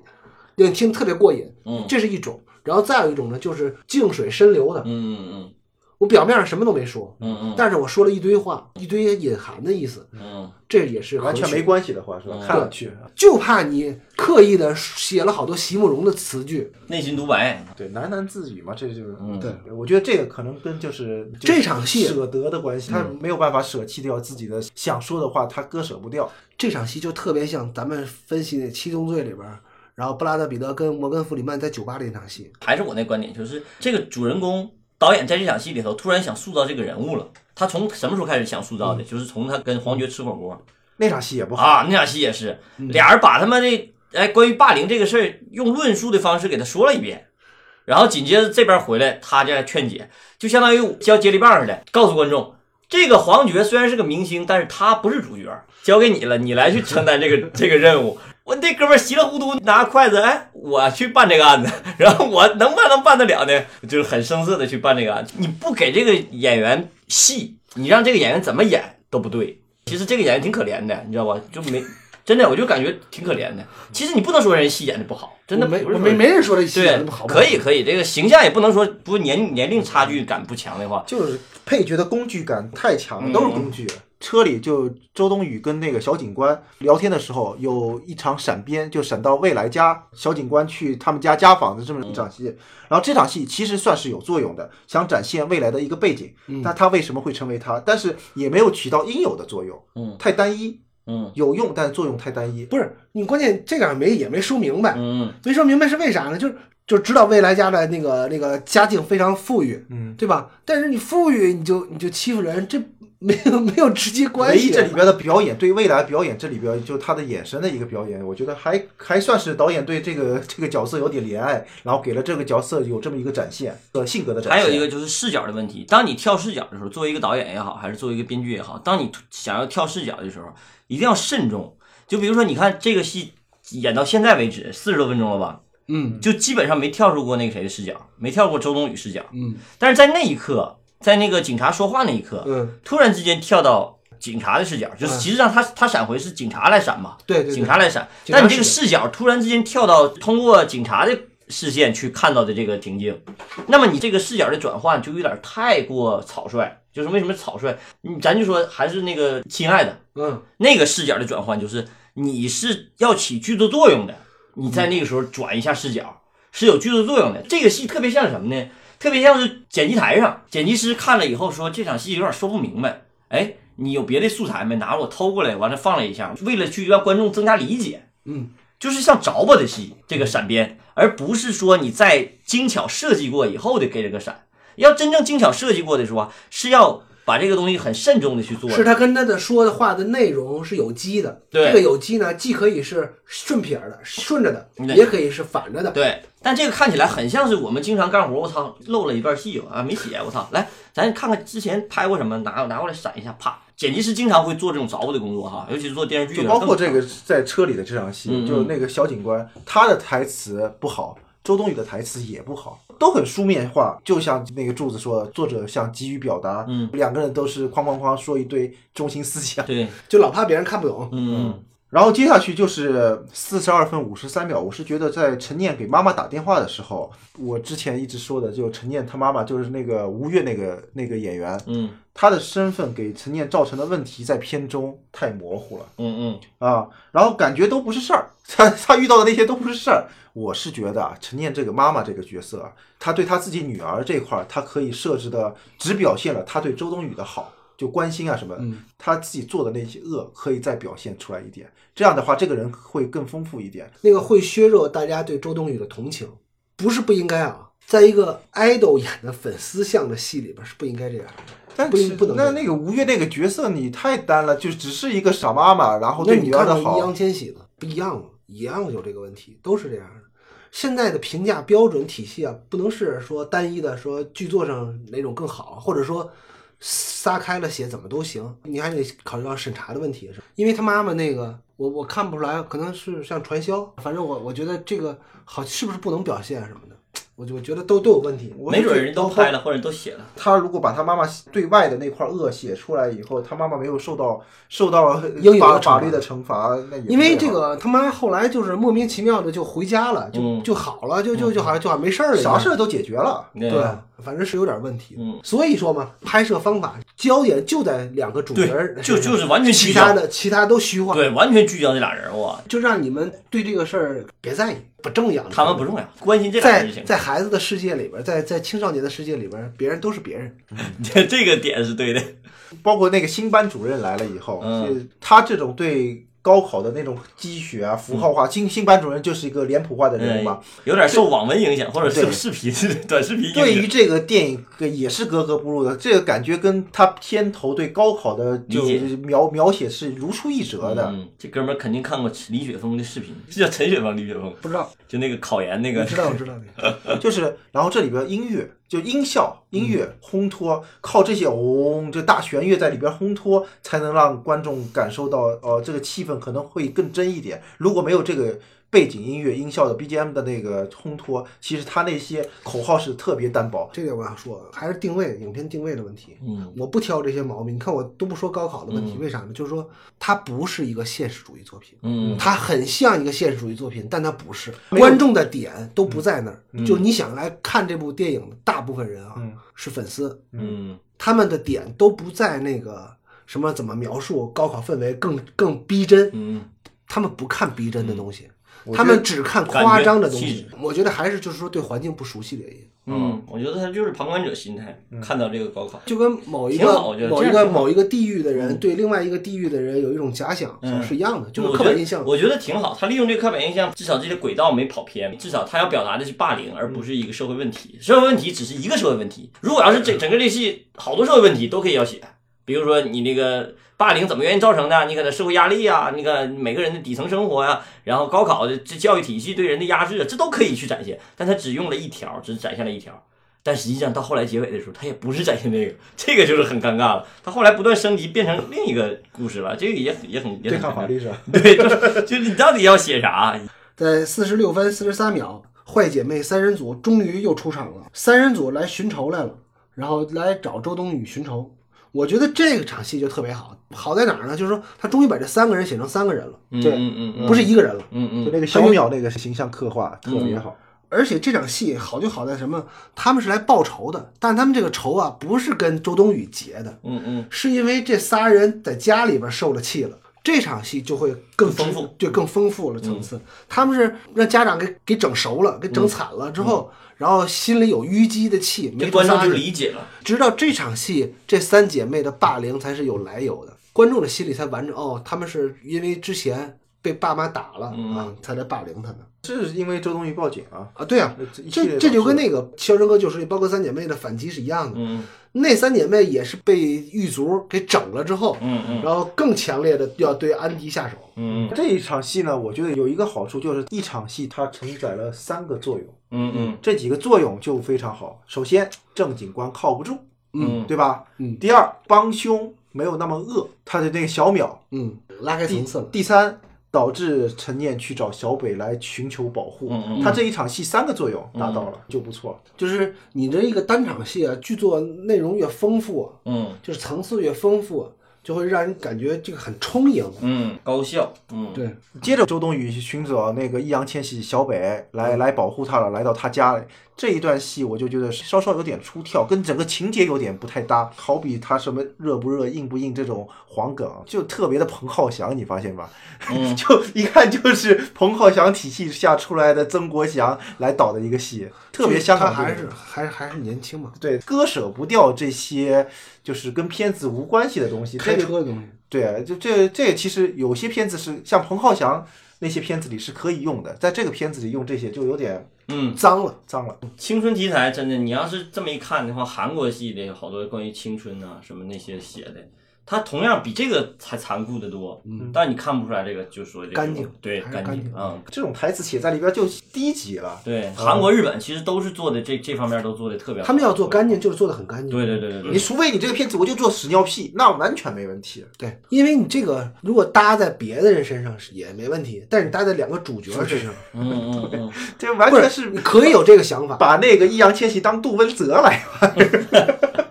Speaker 1: 你听特别过瘾。
Speaker 2: 嗯
Speaker 1: 这是一种，然后再有一种呢，就是静水深流的，
Speaker 2: 嗯嗯
Speaker 1: 我表面上什么都没说，
Speaker 2: 嗯嗯
Speaker 1: 但是我说了一堆话，一堆隐含的意思，
Speaker 2: 嗯嗯，
Speaker 1: 这也是
Speaker 3: 完全
Speaker 1: 可取
Speaker 3: 没关系的话是吧？
Speaker 1: 嗯
Speaker 3: 看上去，
Speaker 1: 就怕你刻意的写了好多席慕容的词句。
Speaker 2: 内心独白。
Speaker 3: 对喃喃自语嘛，这就是
Speaker 2: 嗯
Speaker 1: 对，
Speaker 3: 我觉得这个可能跟就是
Speaker 1: 这场戏嗯
Speaker 3: 舍得的关系，他没有办法舍弃掉自己的想说的话，他割舍不掉。
Speaker 1: 这场戏就特别像咱们分析那《七宗罪》里边儿，然后布拉德彼特跟摩根弗里曼在酒吧里那场戏，
Speaker 2: 还是我那观点，就是这个主人公导演在这场戏里头突然想塑造这个人物了。他从什么时候开始想塑造的？就是从他跟黄觉吃火锅
Speaker 3: 那场戏也不好，嗯
Speaker 2: 啊，那场戏也是，俩人把他们这哎关于霸凌这个事儿用论述的方式给他说了一遍，然后紧接着这边回来，他这样劝解，就相当于教接力棒似的，告诉观众。这个黄觉虽然是个明星，但是他不是主角，交给你了，你来去承担这个这个任务。我那哥们儿稀里糊涂拿筷子，哎，我去办这个案子，然后我能不能办得了呢？就是很生涩的去办这个案子。你不给这个演员戏，你让这个演员怎么演都不对。其实这个演员挺可怜的，你知道吧？就没真的，我就感觉挺可怜的。其实你不能说人戏演的不好，真的
Speaker 1: 我没
Speaker 2: 不是
Speaker 1: 我
Speaker 2: 说
Speaker 1: 没没人说这戏演
Speaker 2: 对
Speaker 1: 的不好，
Speaker 2: 可以可以，这个形象也不能说不年年龄差距感不强的话，
Speaker 3: 就是配角的工具感太强了，
Speaker 2: 嗯
Speaker 3: 都是工具。车里就周冬雨跟那个小警官聊天的时候，有一场闪边，就闪到未来家，小警官去他们家家访的这么一场
Speaker 2: 嗯
Speaker 3: 戏。然后这场戏其实算是有作用的，想展现未来的一个背景。
Speaker 2: 嗯
Speaker 3: 那他为什么会成为他？但是也没有起到应有的作用，
Speaker 2: 嗯
Speaker 3: 太单一，
Speaker 2: 嗯
Speaker 3: 有用但作用太单一。
Speaker 1: 不是你关键这个没也没说明白，
Speaker 2: 嗯
Speaker 1: 没说明白是为啥呢？就是就知道未来家的那个那个家境非常富裕，
Speaker 3: 嗯，
Speaker 1: 对吧？但是你富裕你就你就欺负人，这没有 没有直接关
Speaker 3: 唯一
Speaker 1: 系
Speaker 3: 这。里边的表演，对未来表演这里边就他的眼神的一个表演，我觉得还还算是导演对这个这个角色有点怜爱，然后给了这个角色有这么一个展现呃性格的展
Speaker 2: 还
Speaker 3: 现。
Speaker 2: 有一个就是视角的问题。当你跳视角的时候，作为一个导演也好，还是作为一个编剧也好，当你想要跳视角的时候，一定要慎重。就比如说，你看这个戏演到现在为止，四十多分钟了吧，
Speaker 1: 嗯
Speaker 2: 就基本上没跳出过那个谁的视角，没跳过周冬雨视角。
Speaker 1: 嗯
Speaker 2: 但是在那一刻，在那个警察说话那一刻，
Speaker 1: 嗯，
Speaker 2: 突然之间跳到警察的视角，就是其实让他他闪回是警察来闪嘛，
Speaker 1: 对对对，
Speaker 2: 警察来闪，
Speaker 1: 警察
Speaker 2: 但你这个视角突然之间跳到通过警察的视线去看到的这个情境，那么你这个视角的转换就有点太过草率。就是为什么草率？你咱就说还是那个亲爱的
Speaker 1: 嗯
Speaker 2: 那个视角的转换，就是你是要起剧作作用的，你在那个时候转一下视角是有剧作作用的。这个戏特别像什么呢？特别像是剪辑台上剪辑师看了以后说这场戏有点说不明白，哎，你有别的素材没？拿我偷过来，完了放了一下，为了去让观众增加理解，
Speaker 1: 嗯，
Speaker 2: 就是像着吧的戏，这个闪边，而不是说你在精巧设计过以后的给这个闪。要真正精巧设计过的说，是要把这个东西很慎重的去做的。
Speaker 1: 是他跟他的说的话的内容是有机的，
Speaker 2: 对
Speaker 1: 这个有机呢，既可以是顺撇儿的、顺着的，
Speaker 2: 对
Speaker 1: 也可以是反着的。
Speaker 2: 对，但这个看起来很像是我们经常干活，我操，漏了一段戏啊，没写，我操，来，咱看看之前拍过什么，拿拿过来闪一下，啪。剪辑师经常会做这种着吧的工作哈，尤其是做电视剧
Speaker 3: 就
Speaker 2: 的，
Speaker 3: 包
Speaker 2: 更
Speaker 3: 括这个在车里的这场戏，
Speaker 2: 嗯嗯
Speaker 3: 就是那个小警官，他的台词不好，周冬雨的台词也不好，都很书面化。就像那个柱子说的，作者想急于表达，
Speaker 2: 嗯，
Speaker 3: 两个人都是哐哐哐说一堆中心思想。
Speaker 2: 对，
Speaker 1: 就老怕别人看不懂。
Speaker 2: 嗯
Speaker 3: 然后接下去就是四十二分五十三秒，我是觉得在陈念给妈妈打电话的时候，我之前一直说的，就陈念他妈妈就是那个吴越那个那个演员，
Speaker 2: 嗯
Speaker 3: 他的身份给陈念造成的问题在片中太模糊了。
Speaker 2: 嗯
Speaker 3: 啊，然后感觉都不是事儿，他他遇到的那些都不是事儿。我是觉得啊，陈念这个妈妈这个角色啊，她对她自己女儿这块儿，她可以设置的只表现了她对周冬雨的好，就关心啊什么的。
Speaker 1: 嗯
Speaker 3: 她自己做的那些恶，可以再表现出来一点。这样的话，这个人会更丰富一点。
Speaker 1: 那个会削弱大家对周冬雨的同情，不是不应该啊，在一个 idol 演的粉丝向的戏里边是不应该这样的。
Speaker 3: 但
Speaker 1: 不
Speaker 3: 是
Speaker 1: 不能这
Speaker 3: 那
Speaker 1: 样
Speaker 3: 那个吴越那个角色你太单了，就只是一个傻妈妈，然后
Speaker 1: 那
Speaker 3: 对
Speaker 1: 哦你
Speaker 3: 女
Speaker 1: 看
Speaker 3: 儿
Speaker 1: 看
Speaker 3: 的
Speaker 1: 易烊
Speaker 3: 好。
Speaker 1: 千玺呢，不一样吗？一样有这个问题，都是这样的。现在的评价标准体系啊，不能是说单一的说剧作上哪种更好，或者说撒开了写怎么都行，你还得考虑到审查的问题，是吧因为他妈妈那个，我我看不出来，可能是像传销，反正我我觉得这个好是不是不能表现什么的，我就我觉得都都有问题。
Speaker 2: 嗯，
Speaker 3: 我
Speaker 2: 没
Speaker 3: 就觉
Speaker 2: 准
Speaker 3: 得
Speaker 2: 人都拍了或者都写了，
Speaker 3: 他如果把他妈妈对外的那块恶写出来以后，他妈妈没有受到受到
Speaker 1: 应有的惩
Speaker 3: 法
Speaker 1: 罚
Speaker 3: 法律的惩罚，那也不
Speaker 1: 因为
Speaker 3: 太
Speaker 1: 这
Speaker 3: 好
Speaker 1: 个他妈后来就是莫名其妙的就回家了，就、
Speaker 2: 嗯
Speaker 1: 就好了，就就就好像就好像没事儿了一样。
Speaker 3: 啥事儿都解决了。
Speaker 2: 对
Speaker 1: 对，反正是有点问题。
Speaker 2: 嗯，
Speaker 1: 所以说嘛，拍摄方法焦点就在两个主角儿
Speaker 2: 对，就
Speaker 1: 身上
Speaker 2: 就是完全
Speaker 1: 其
Speaker 2: 聚
Speaker 1: 他
Speaker 2: 焦，
Speaker 1: 的其他都虚化，
Speaker 2: 对，完全聚焦这俩人，哇，
Speaker 1: 就让你们对这个事儿别在意，不正养。
Speaker 2: 他们不重要，关心这俩
Speaker 1: 在
Speaker 2: 人就行。
Speaker 1: 在孩子的世界里边，在在青少年的世界里边，别人都是别人。
Speaker 2: 这这个点是对的，
Speaker 3: 包括那个新班主任来了以后，
Speaker 2: 嗯
Speaker 3: 是他这种对高考的那种积雪啊、符号
Speaker 1: 嗯
Speaker 3: 化。新新班主任就是一个脸谱化的人物
Speaker 1: 哎
Speaker 3: 嘛，
Speaker 2: 哎有点受网文影响，或者
Speaker 3: 对
Speaker 2: 是视频、 短视频
Speaker 3: 对
Speaker 2: 影
Speaker 3: 于
Speaker 2: 响。
Speaker 3: 这个电影也是格格不入的，这个感觉跟他片头对高考的就
Speaker 2: 理
Speaker 3: 是描描写是如出一辙的。
Speaker 2: 嗯，这哥们儿肯定看过李雪峰的视频，是叫陈雪峰、李雪峰，
Speaker 1: 不知道，
Speaker 2: 就那个考研那
Speaker 1: 我
Speaker 2: 个
Speaker 1: 知道，我知道的。
Speaker 3: 就是，然后这里边音乐就音效、音乐烘托，靠这些嗡、这大弦乐在里边烘托，才能让观众感受到，呃，这个气氛可能会更真一点。如果没有这个背景音乐、音效的 BGM 的那个烘托，其实他那些口号是特别单薄。
Speaker 1: 这点我想说，还是定位，影片定位的问题。
Speaker 2: 嗯，
Speaker 1: 我不挑这些毛病，你看我都不说高考的问题，为啥呢？就是说它不是一个现实主义作品，
Speaker 2: 嗯，
Speaker 1: 它很像一个现实主义作品，但它不是。观众的点都不在那儿，
Speaker 2: 嗯
Speaker 1: 就是你想来看这部电影的大部分人啊，
Speaker 3: 嗯
Speaker 1: 是粉丝，
Speaker 2: 嗯
Speaker 1: 他们的点都不在那个什么怎么描述高考氛围更更逼真，
Speaker 2: 嗯
Speaker 1: 他们不看逼真的东西，
Speaker 3: 觉
Speaker 1: 他
Speaker 3: 得
Speaker 1: 们只看夸张的东
Speaker 2: 感觉
Speaker 1: 西
Speaker 2: 气。
Speaker 1: 我觉得还是就是说对环境不熟悉的原因。
Speaker 2: 嗯，我觉得他就是旁观者心态，看到这个高考，
Speaker 1: 就跟某一
Speaker 2: 挺
Speaker 1: 个
Speaker 2: 好我觉得
Speaker 1: 某一
Speaker 2: 这样
Speaker 1: 个
Speaker 2: 挺好
Speaker 1: 某一个地域的人对另外一个地域的人有一种假想
Speaker 2: 嗯
Speaker 1: 是一样的，就是
Speaker 2: 我
Speaker 1: 刻
Speaker 2: 觉
Speaker 1: 板
Speaker 2: 得
Speaker 1: 印象。
Speaker 2: 我觉得挺好，他利用这个刻板印象，至少这些轨道没跑偏，至少他要表达的是霸凌，
Speaker 1: 嗯
Speaker 2: 而不是一个社会问题。社会问题只是一个社会问题，如果要是
Speaker 1: 嗯
Speaker 2: 整整个这戏好多社会问题都可以要写，比如说你那个霸凌怎么原因造成的，你可能社会压力啊，那个每个人的底层生活呀、啊然后高考的这教育体系对人的压制啊，这都可以去展现，但他只用了一条，只展现了一条。但实际上到后来结尾的时候，他也不是展现这个，这个就是很尴尬了。他后来不断升级，变成另一个故事了，这个也很也很也很
Speaker 3: 对
Speaker 2: 尴
Speaker 3: 抗法
Speaker 2: 尬。
Speaker 3: 律是吧？
Speaker 2: 对，就是就是你到底要写啥？
Speaker 1: 在四十六分四十三秒，坏姐妹三人组终于又出场了，三人组来寻仇来了，然后来找周冬雨寻仇。我觉得这场戏就特别好，好在哪儿呢？就是说他终于把这三个人写成三个人了，
Speaker 2: 嗯
Speaker 3: 对
Speaker 2: 嗯嗯嗯
Speaker 1: 不是一个人了。
Speaker 2: 嗯嗯
Speaker 3: 就 那个小淼那个形象刻画特别好。
Speaker 1: 而且这场戏好就好在什么？他们是来报仇的，但他们这个仇啊，不是跟周冬雨结的，
Speaker 2: 嗯嗯，
Speaker 1: 是因为这仨人在家里边受了气了，这场戏就会更
Speaker 2: 丰
Speaker 1: 直
Speaker 2: 富，嗯
Speaker 1: 就更丰富了层次。他们是让家长给给整熟了，给整惨了之后，然后心里有淤积的气，没
Speaker 2: 嗯这
Speaker 1: 处
Speaker 2: 观众
Speaker 1: 发
Speaker 2: 就
Speaker 1: 泄
Speaker 2: 理解了。
Speaker 1: 直到这场戏，这三姐妹的霸凌才是有来由的，观众的心里才完整。哦，他们是因为之前被爸妈打了、
Speaker 2: 嗯
Speaker 1: 啊，才来霸凌他们
Speaker 3: 是因为周冬雨报警啊，
Speaker 1: 啊。对啊，
Speaker 3: 一系列
Speaker 1: 这
Speaker 3: 的
Speaker 1: 这就跟
Speaker 3: 导致
Speaker 1: 那个《肖申克的救赎》里包括三姐妹的反击是一样的。
Speaker 2: 嗯
Speaker 1: 那三姐妹也是被狱卒给整了之后，
Speaker 2: 嗯嗯
Speaker 1: 然后更强烈的要对安迪下手。
Speaker 2: 嗯
Speaker 3: 这一场戏呢，我觉得有一个好处就是一场戏它承载了三个作用。
Speaker 2: 嗯嗯
Speaker 3: 这几个作用就非常好。首先，正经官靠不住，
Speaker 2: 嗯，
Speaker 3: 对吧？
Speaker 1: 嗯
Speaker 3: 第二，帮凶没有那么恶，他的那个小淼。
Speaker 1: 嗯，拉开层次了。
Speaker 3: 第三，导致陈念去找小北来寻求保护。
Speaker 2: 嗯嗯
Speaker 3: 他这一场戏三个作用达到了，就不错。
Speaker 1: 就是你这一个单场戏啊，剧作内容越丰富啊，
Speaker 2: 嗯
Speaker 1: 就是层次越丰富啊，就会让人感觉这个很充盈。
Speaker 2: 嗯，高效。嗯，
Speaker 1: 对，
Speaker 3: 接着，周冬雨寻找那个易烊千玺小北
Speaker 1: 嗯
Speaker 3: 来来保护他了，来到他家里。这一段戏我就觉得稍稍有点出跳，跟整个情节有点不太搭。好比他什么热不热、硬不硬这种黄梗，就特别的彭浩翔，你发现吧？
Speaker 2: 嗯
Speaker 3: 就一看就是彭浩翔体系下出来的曾国祥来导的一个戏，特别香港
Speaker 1: 他
Speaker 3: 电
Speaker 1: 还
Speaker 3: 影
Speaker 1: 是还是还是年轻嘛，
Speaker 3: 对割舍不掉这些就是跟片子无关系的东西。这
Speaker 1: 开
Speaker 3: 个
Speaker 1: 车的东西。
Speaker 3: 对，啊就这这其实有些片子是像彭浩翔那些片子里是可以用的，在这个片子里用这些就有点
Speaker 2: 嗯，
Speaker 1: 脏了，
Speaker 3: 脏了。
Speaker 2: 青春题材真的，你要是这么一看的话，韩国系的好多关于青春啊什么那些写的。它同样比这个还残酷的多，嗯，但你看不出来这个，就说这个
Speaker 1: 干净
Speaker 2: 对，
Speaker 1: 还是干
Speaker 2: 净
Speaker 1: 净哦
Speaker 2: 啊，嗯
Speaker 3: 这种台词写在里边就低级了。
Speaker 2: 对，韩国、日本其实都是做的这这方面都做的特别好，
Speaker 1: 他们要做干净就是做的很干净。
Speaker 2: 对，对对对对，
Speaker 3: 你除非你这个片子我就做屎尿屁，那完全没问题。
Speaker 1: 对，因为你这个如果搭在别的人身上是也没问题，但是你搭在两个主角身上，
Speaker 2: 嗯嗯嗯，
Speaker 3: 这完
Speaker 1: 不
Speaker 3: 全
Speaker 1: 是
Speaker 3: 是
Speaker 1: 你可以有这个想法。
Speaker 3: 把那个易烊千玺当杜文泽来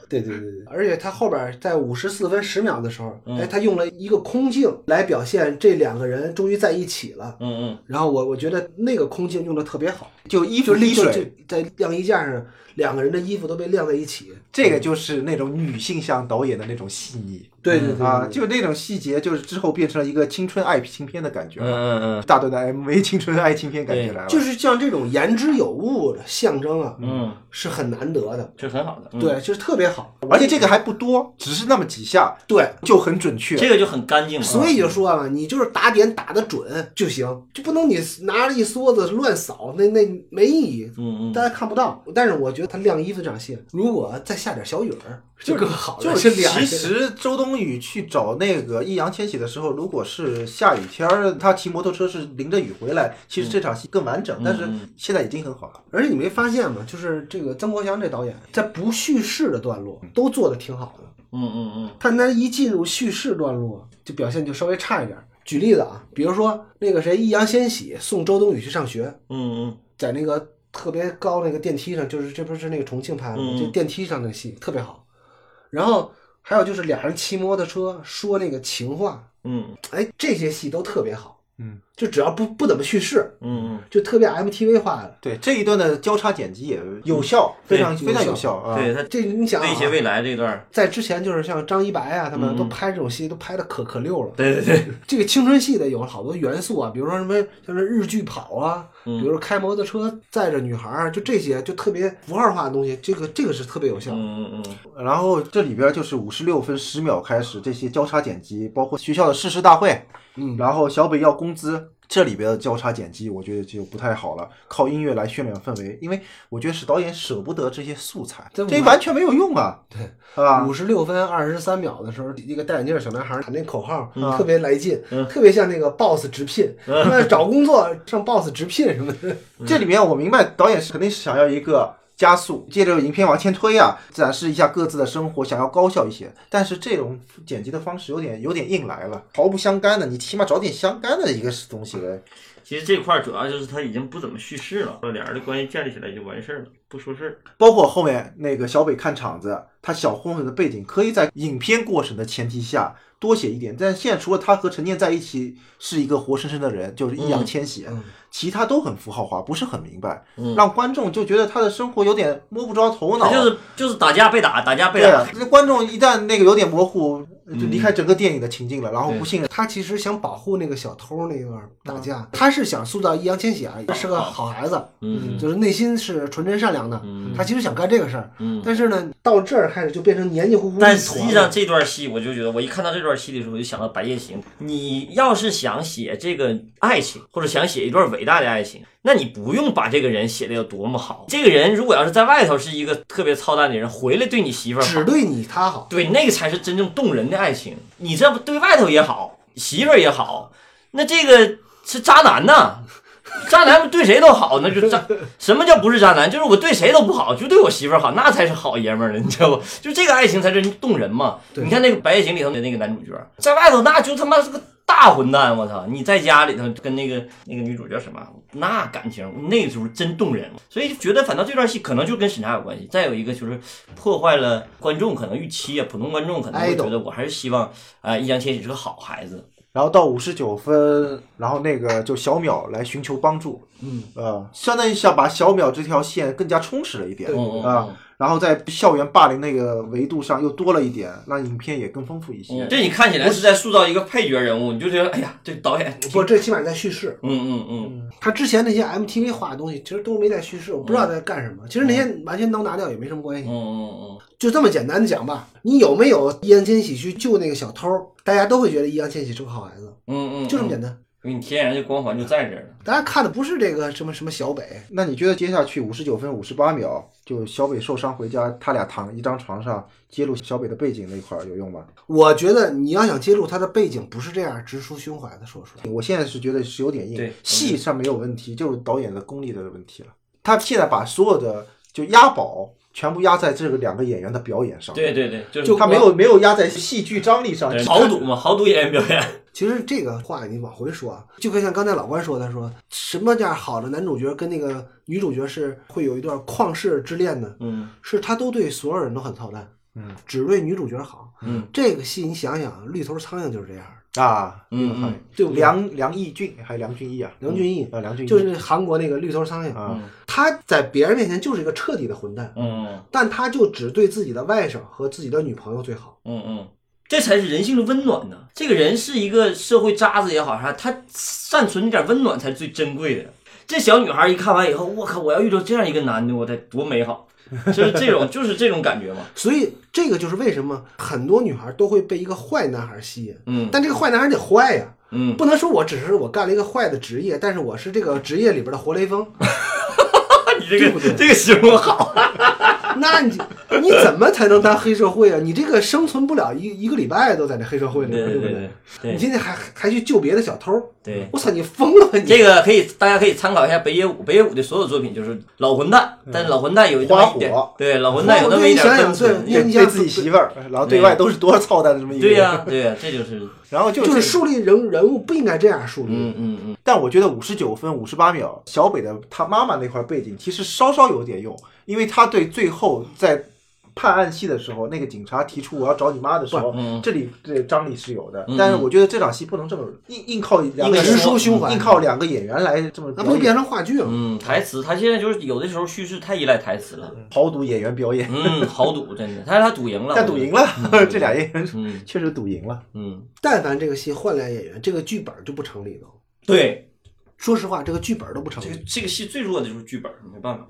Speaker 1: 对对对对，而且他后边在五十四分十秒的时候，哎，他用了一个空镜来表现这两个人终于在一起了。
Speaker 2: 嗯嗯
Speaker 1: 然后我我觉得那个空镜用的特别好，
Speaker 3: 就衣服
Speaker 1: 就
Speaker 3: 滴
Speaker 1: 立就
Speaker 3: 水，
Speaker 1: 就在晾衣架上，两个人的衣服都被晾在一起。
Speaker 3: 这个就是那种女性向导演的那种细腻。对对
Speaker 1: 嗯对
Speaker 3: 啊，
Speaker 1: 对对
Speaker 3: 就那种细节，就是之后变成了一个青春爱情片的感觉
Speaker 2: 嗯，嗯嗯，
Speaker 3: 大段的 MV 青春爱情片感觉
Speaker 2: 对
Speaker 3: 来了，
Speaker 1: 就是像这种言之有物的象征啊，
Speaker 2: 嗯，
Speaker 1: 是很难得的，
Speaker 2: 这是很好的。嗯，
Speaker 1: 对，就是特别好，
Speaker 3: 而且这个还不多，只是那么几下
Speaker 1: 对，
Speaker 3: 就很准确。
Speaker 2: 这个就很干净了。
Speaker 1: 所以就说嘛，你就是打点打得准就行，就不能你拿着一梭子乱扫，那那没意义，
Speaker 2: 嗯嗯，
Speaker 1: 大家看不到。但是我觉得他晾衣服这场戏，如果再下点小雨儿，就更好了。
Speaker 3: 就
Speaker 1: 这
Speaker 3: 是
Speaker 1: 俩
Speaker 3: 其
Speaker 1: 人
Speaker 3: 实周冬雨去找那个易烊千玺的时候，如果是下雨天儿，她骑摩托车是淋着雨回来，其实这场戏更完整。
Speaker 2: 嗯
Speaker 3: 但是
Speaker 2: 嗯
Speaker 3: 现在已经很好了，
Speaker 1: 而且你没发现吗？就是这个曾国祥这导演，在不叙事的段落都做的挺好的，
Speaker 2: 嗯嗯嗯，
Speaker 1: 但他一进入叙事段落，就表现就稍微差一点儿。举例子啊，比如说那个谁，易烊千玺送周冬雨去上学，
Speaker 2: 嗯
Speaker 1: 在那个特别高那个电梯上，就是这不是那个重庆拍的吗
Speaker 2: 嗯？
Speaker 1: 就电梯上那个戏特别好。然后还有就是俩人骑摩托车说那个情话，
Speaker 2: 嗯
Speaker 1: 哎，这些戏都特别好。
Speaker 3: 嗯，
Speaker 1: 就只要不不怎么叙事，
Speaker 2: 嗯嗯
Speaker 1: 就特别 MTV 化的。
Speaker 3: 对这一段的交叉剪辑也有效，非常
Speaker 1: 对
Speaker 3: 非常
Speaker 1: 有
Speaker 3: 有效
Speaker 2: 嗯，
Speaker 3: 啊。
Speaker 2: 对他
Speaker 1: 这你想、啊，
Speaker 2: 威胁未来这段儿，
Speaker 1: 在之前就是像张一白啊，他
Speaker 2: 嗯
Speaker 1: 们
Speaker 2: 嗯
Speaker 1: 都拍这种戏，都拍的可可溜了。
Speaker 2: 对对对，
Speaker 1: 这个青春系的有好多元素啊，比如说什么像是日剧跑啊，
Speaker 2: 嗯
Speaker 1: 比如说开摩托车载着女孩儿，啊就这些就特别符号化的东西，这个这个是特别有效。
Speaker 2: 嗯嗯嗯，
Speaker 3: 然后这里边就是五十六分十秒开始这些交叉剪辑，包括学校的誓师大会，
Speaker 1: 嗯
Speaker 3: 然后小北要工资，这里边的交叉剪辑我觉得就不太好了，靠音乐来渲染氛围，因为我觉得是导演舍不得这些素材，
Speaker 1: 这
Speaker 3: 这完全没有用啊，对啊
Speaker 1: 五，十六分二十三秒的时候，一个戴眼镜的小男孩喊那口号，
Speaker 3: 嗯
Speaker 1: 特别来劲，
Speaker 2: 嗯
Speaker 1: 特别像那个 boss 直聘，他妈找工作上 boss 直聘什么的。
Speaker 3: 这里面我明白导演是肯定是想要一个。加速，借着影片往前推啊，展示一下各自的生活，想要高效一些。但是这种剪辑的方式有点有点硬来了，毫不相干的，你起码找点相干的一个东西来。
Speaker 2: 其实这块儿主要就是他已经不怎么叙事了，俩人的关系建立起来就完事儿了，不说事儿。
Speaker 3: 包括后面那个小北看场子，他小混混的背景可以在影片过程的前提下多写一点，但现在除了他和陈念在一起是一个活生生的人，就是易烊千玺，
Speaker 1: 嗯
Speaker 3: 其他都很符号化，不是很明白，
Speaker 2: 嗯
Speaker 3: 让观众就觉得他的生活有点摸不着头脑。
Speaker 2: 他就是就是打架被打，打架被
Speaker 3: 哦对啊
Speaker 2: 打。，
Speaker 3: 那观众一旦那个有点模糊，就离开整个电影的
Speaker 2: 嗯
Speaker 3: 情境了，然后不信任。
Speaker 1: 他其实想保护那个小偷那段打架，他是想塑造易烊千玺啊是个好孩子，
Speaker 2: 嗯
Speaker 1: 就是内心是纯真善良的。
Speaker 2: 嗯
Speaker 1: 他其实想干这个事儿，
Speaker 2: 嗯。
Speaker 1: 但是呢，到这儿开始就变成黏黏糊糊一团了。
Speaker 2: 但实际上这段戏，我就觉得，我一看到这段戏的时候，我就想到《白夜行》。你要是想写这个爱情，或者想写一段伟大的爱情，那你不用把这个人写的有多么好。这个人如果要是在外头是一个特别操蛋的人，回来对你媳妇儿好
Speaker 1: 只对你他好，
Speaker 2: 对，那个才是真正动人的爱情。你这不对外头也好，媳妇儿也好，那这个是渣男呐。渣男对谁都好，那就渣。什么叫不是渣男？就是我对谁都不好，就对我媳妇儿好，那才是好爷们儿呢，你知道不？就这个爱情才是动人嘛。
Speaker 1: 对
Speaker 2: 你看那个《白夜行》里头的那个男主角，在外头那就他妈是个大混蛋，我操！你在家里头跟那个那个女主叫什么，那感情那时候真动人，所以觉得反倒这段戏可能就跟审查有关系。再有一个就是破坏了观众可能预期啊，普通观众可能会觉得我还是希望啊，易烊千玺是个好孩子。
Speaker 3: 然后到五十九分，然后那个就小淼来寻求帮助，
Speaker 1: 嗯，
Speaker 3: 呃，相当于想把小淼这条线更加充实了一点。
Speaker 1: 对
Speaker 2: 嗯
Speaker 3: 啊
Speaker 2: 嗯
Speaker 3: 然后在校园霸凌那个维度上又多了一点，让影片也更丰富一些
Speaker 2: 嗯，。这你看起来是在塑造一个配角人物，你就觉得哎呀，这导演挺
Speaker 1: 不，这起码在叙事。
Speaker 2: 嗯嗯嗯，
Speaker 1: 他之前那些 MTV 画的东西，其实都没在叙事，我不知道在干什么。其实那些完全能拿掉也没什么关
Speaker 2: 嗯
Speaker 1: 系。
Speaker 2: 嗯
Speaker 1: 就这么简单的讲吧，你有没有易烊千玺去救那个小偷，大家都会觉得易烊千玺是个好孩子，
Speaker 2: 嗯嗯嗯，
Speaker 1: 就这么简单。
Speaker 2: 因为你天然的光环就在这儿了。
Speaker 1: 大家看的不是这个什么什么小北，
Speaker 3: 那你觉得接下去五十九分五十八秒，就小北受伤回家，他俩躺一张床上，揭露小北的背景那块儿有用吗？
Speaker 1: 我觉得你要想揭露他的背景，不是这样直抒胸怀的说出来。
Speaker 3: 我现在是觉得是有点硬
Speaker 2: 对，嗯
Speaker 3: 戏上没有问题，就是导演的功力的问题了。他现在把所有的就押宝全部压在这个两个演员的表演上，
Speaker 2: 对对对，就是
Speaker 3: 他没有没有压在戏剧张力上
Speaker 1: 啊
Speaker 2: 对，豪
Speaker 3: 好
Speaker 2: 赌嘛，豪赌演员表演。
Speaker 1: 其实这个话你往回说啊，就跟像刚才老关说的说，什么样好的男主角跟那个女主角是会有一段旷世之恋呢？
Speaker 2: 嗯
Speaker 1: 是他都对所有人都很操蛋，
Speaker 3: 嗯，
Speaker 1: 只对女主角好。
Speaker 2: 嗯
Speaker 1: 这个戏你想想，绿头苍蝇就是这样的，
Speaker 3: 啊，
Speaker 2: 嗯嗯
Speaker 1: 对不对？
Speaker 3: 梁梁义俊还有梁俊义啊，
Speaker 1: 梁俊义
Speaker 3: 啊，梁俊义
Speaker 1: 就是韩国那个绿头苍蝇，
Speaker 3: 啊，
Speaker 1: 他在别人面前就是一个彻底的混蛋，
Speaker 2: 嗯
Speaker 1: 但他就只对自己的外甥和自己的女朋友最好。
Speaker 2: 嗯嗯这才是人性的温暖呢。这个人是一个社会渣子也好啥，他善存一点温暖才是最珍贵的。这小女孩一看完以后，我靠，我要遇到这样一个男的，我得多美好！就是这种，就是这种感觉嘛。
Speaker 1: 所以这个就是为什么很多女孩都会被一个坏男孩吸引，
Speaker 2: 嗯
Speaker 1: 但这个坏男孩得坏呀、
Speaker 2: 嗯，
Speaker 1: 不能说我只是我干了一个坏的职业，但是我是这个职业里边的活雷锋，
Speaker 2: 嗯 你这
Speaker 1: 对不
Speaker 2: 个
Speaker 1: 对
Speaker 2: 这个形容好。
Speaker 1: 那你你怎么才能当黑社会啊？你这个生存不了一一个礼拜都在这黑社会
Speaker 2: 对
Speaker 1: 里边，
Speaker 2: 对
Speaker 1: 对不
Speaker 2: 对对
Speaker 1: 你
Speaker 2: 对
Speaker 1: 今天还还去救别的小偷，
Speaker 2: 对。
Speaker 1: 我操，你疯了吧你！
Speaker 2: 这个可以，大家可以参考一下北野武，北野武的所有作品就是老混蛋，但是老混蛋有一
Speaker 3: 花
Speaker 2: 那么
Speaker 3: 火
Speaker 2: 一点，对老混蛋有那么
Speaker 1: 对
Speaker 2: 一
Speaker 1: 你
Speaker 2: 点
Speaker 1: 想想，对
Speaker 2: 温存，，
Speaker 1: 你你
Speaker 3: 对
Speaker 1: 想
Speaker 3: 自己媳妇儿，然后对外都是多操蛋的这么一个
Speaker 2: 对
Speaker 3: 人。
Speaker 2: 呀对呀，这就是，
Speaker 3: 然后就
Speaker 1: 就是
Speaker 3: 这
Speaker 1: 树立人人物不应该这样树立。
Speaker 2: 嗯嗯嗯，
Speaker 3: 但我觉得五十九分五十八秒，小北的他妈妈那块背景其实稍稍有点用，因为他对最后在判案戏的时候，那个警察提出我要找你妈的时候，
Speaker 2: 嗯
Speaker 3: 这里这张力是有的
Speaker 2: 嗯。
Speaker 3: 但是我觉得这场戏不能这么硬硬靠两个
Speaker 2: 硬
Speaker 1: 直
Speaker 3: 人
Speaker 1: 抒胸怀，
Speaker 3: 硬靠两个演员来这么
Speaker 1: 那
Speaker 3: 表
Speaker 1: 不就
Speaker 3: 演，
Speaker 1: 变成话剧了？
Speaker 2: 嗯，台词他现在就是有的时候叙事太依赖台词了，
Speaker 3: 豪赌演员表演，
Speaker 2: 嗯，豪赌真的，但是他赌赢了，
Speaker 3: 但赌赢了，
Speaker 1: 嗯
Speaker 3: 这俩演
Speaker 2: 我
Speaker 3: 员
Speaker 2: 觉得，嗯
Speaker 3: 确实赌赢了。
Speaker 2: 嗯，
Speaker 1: 但凡这个戏换俩演员，这个剧本就不成立了。
Speaker 2: 对，
Speaker 1: 说实话，这个剧本都不成
Speaker 2: 这个
Speaker 1: 立。
Speaker 2: 这个戏最弱的就是剧本，没办法，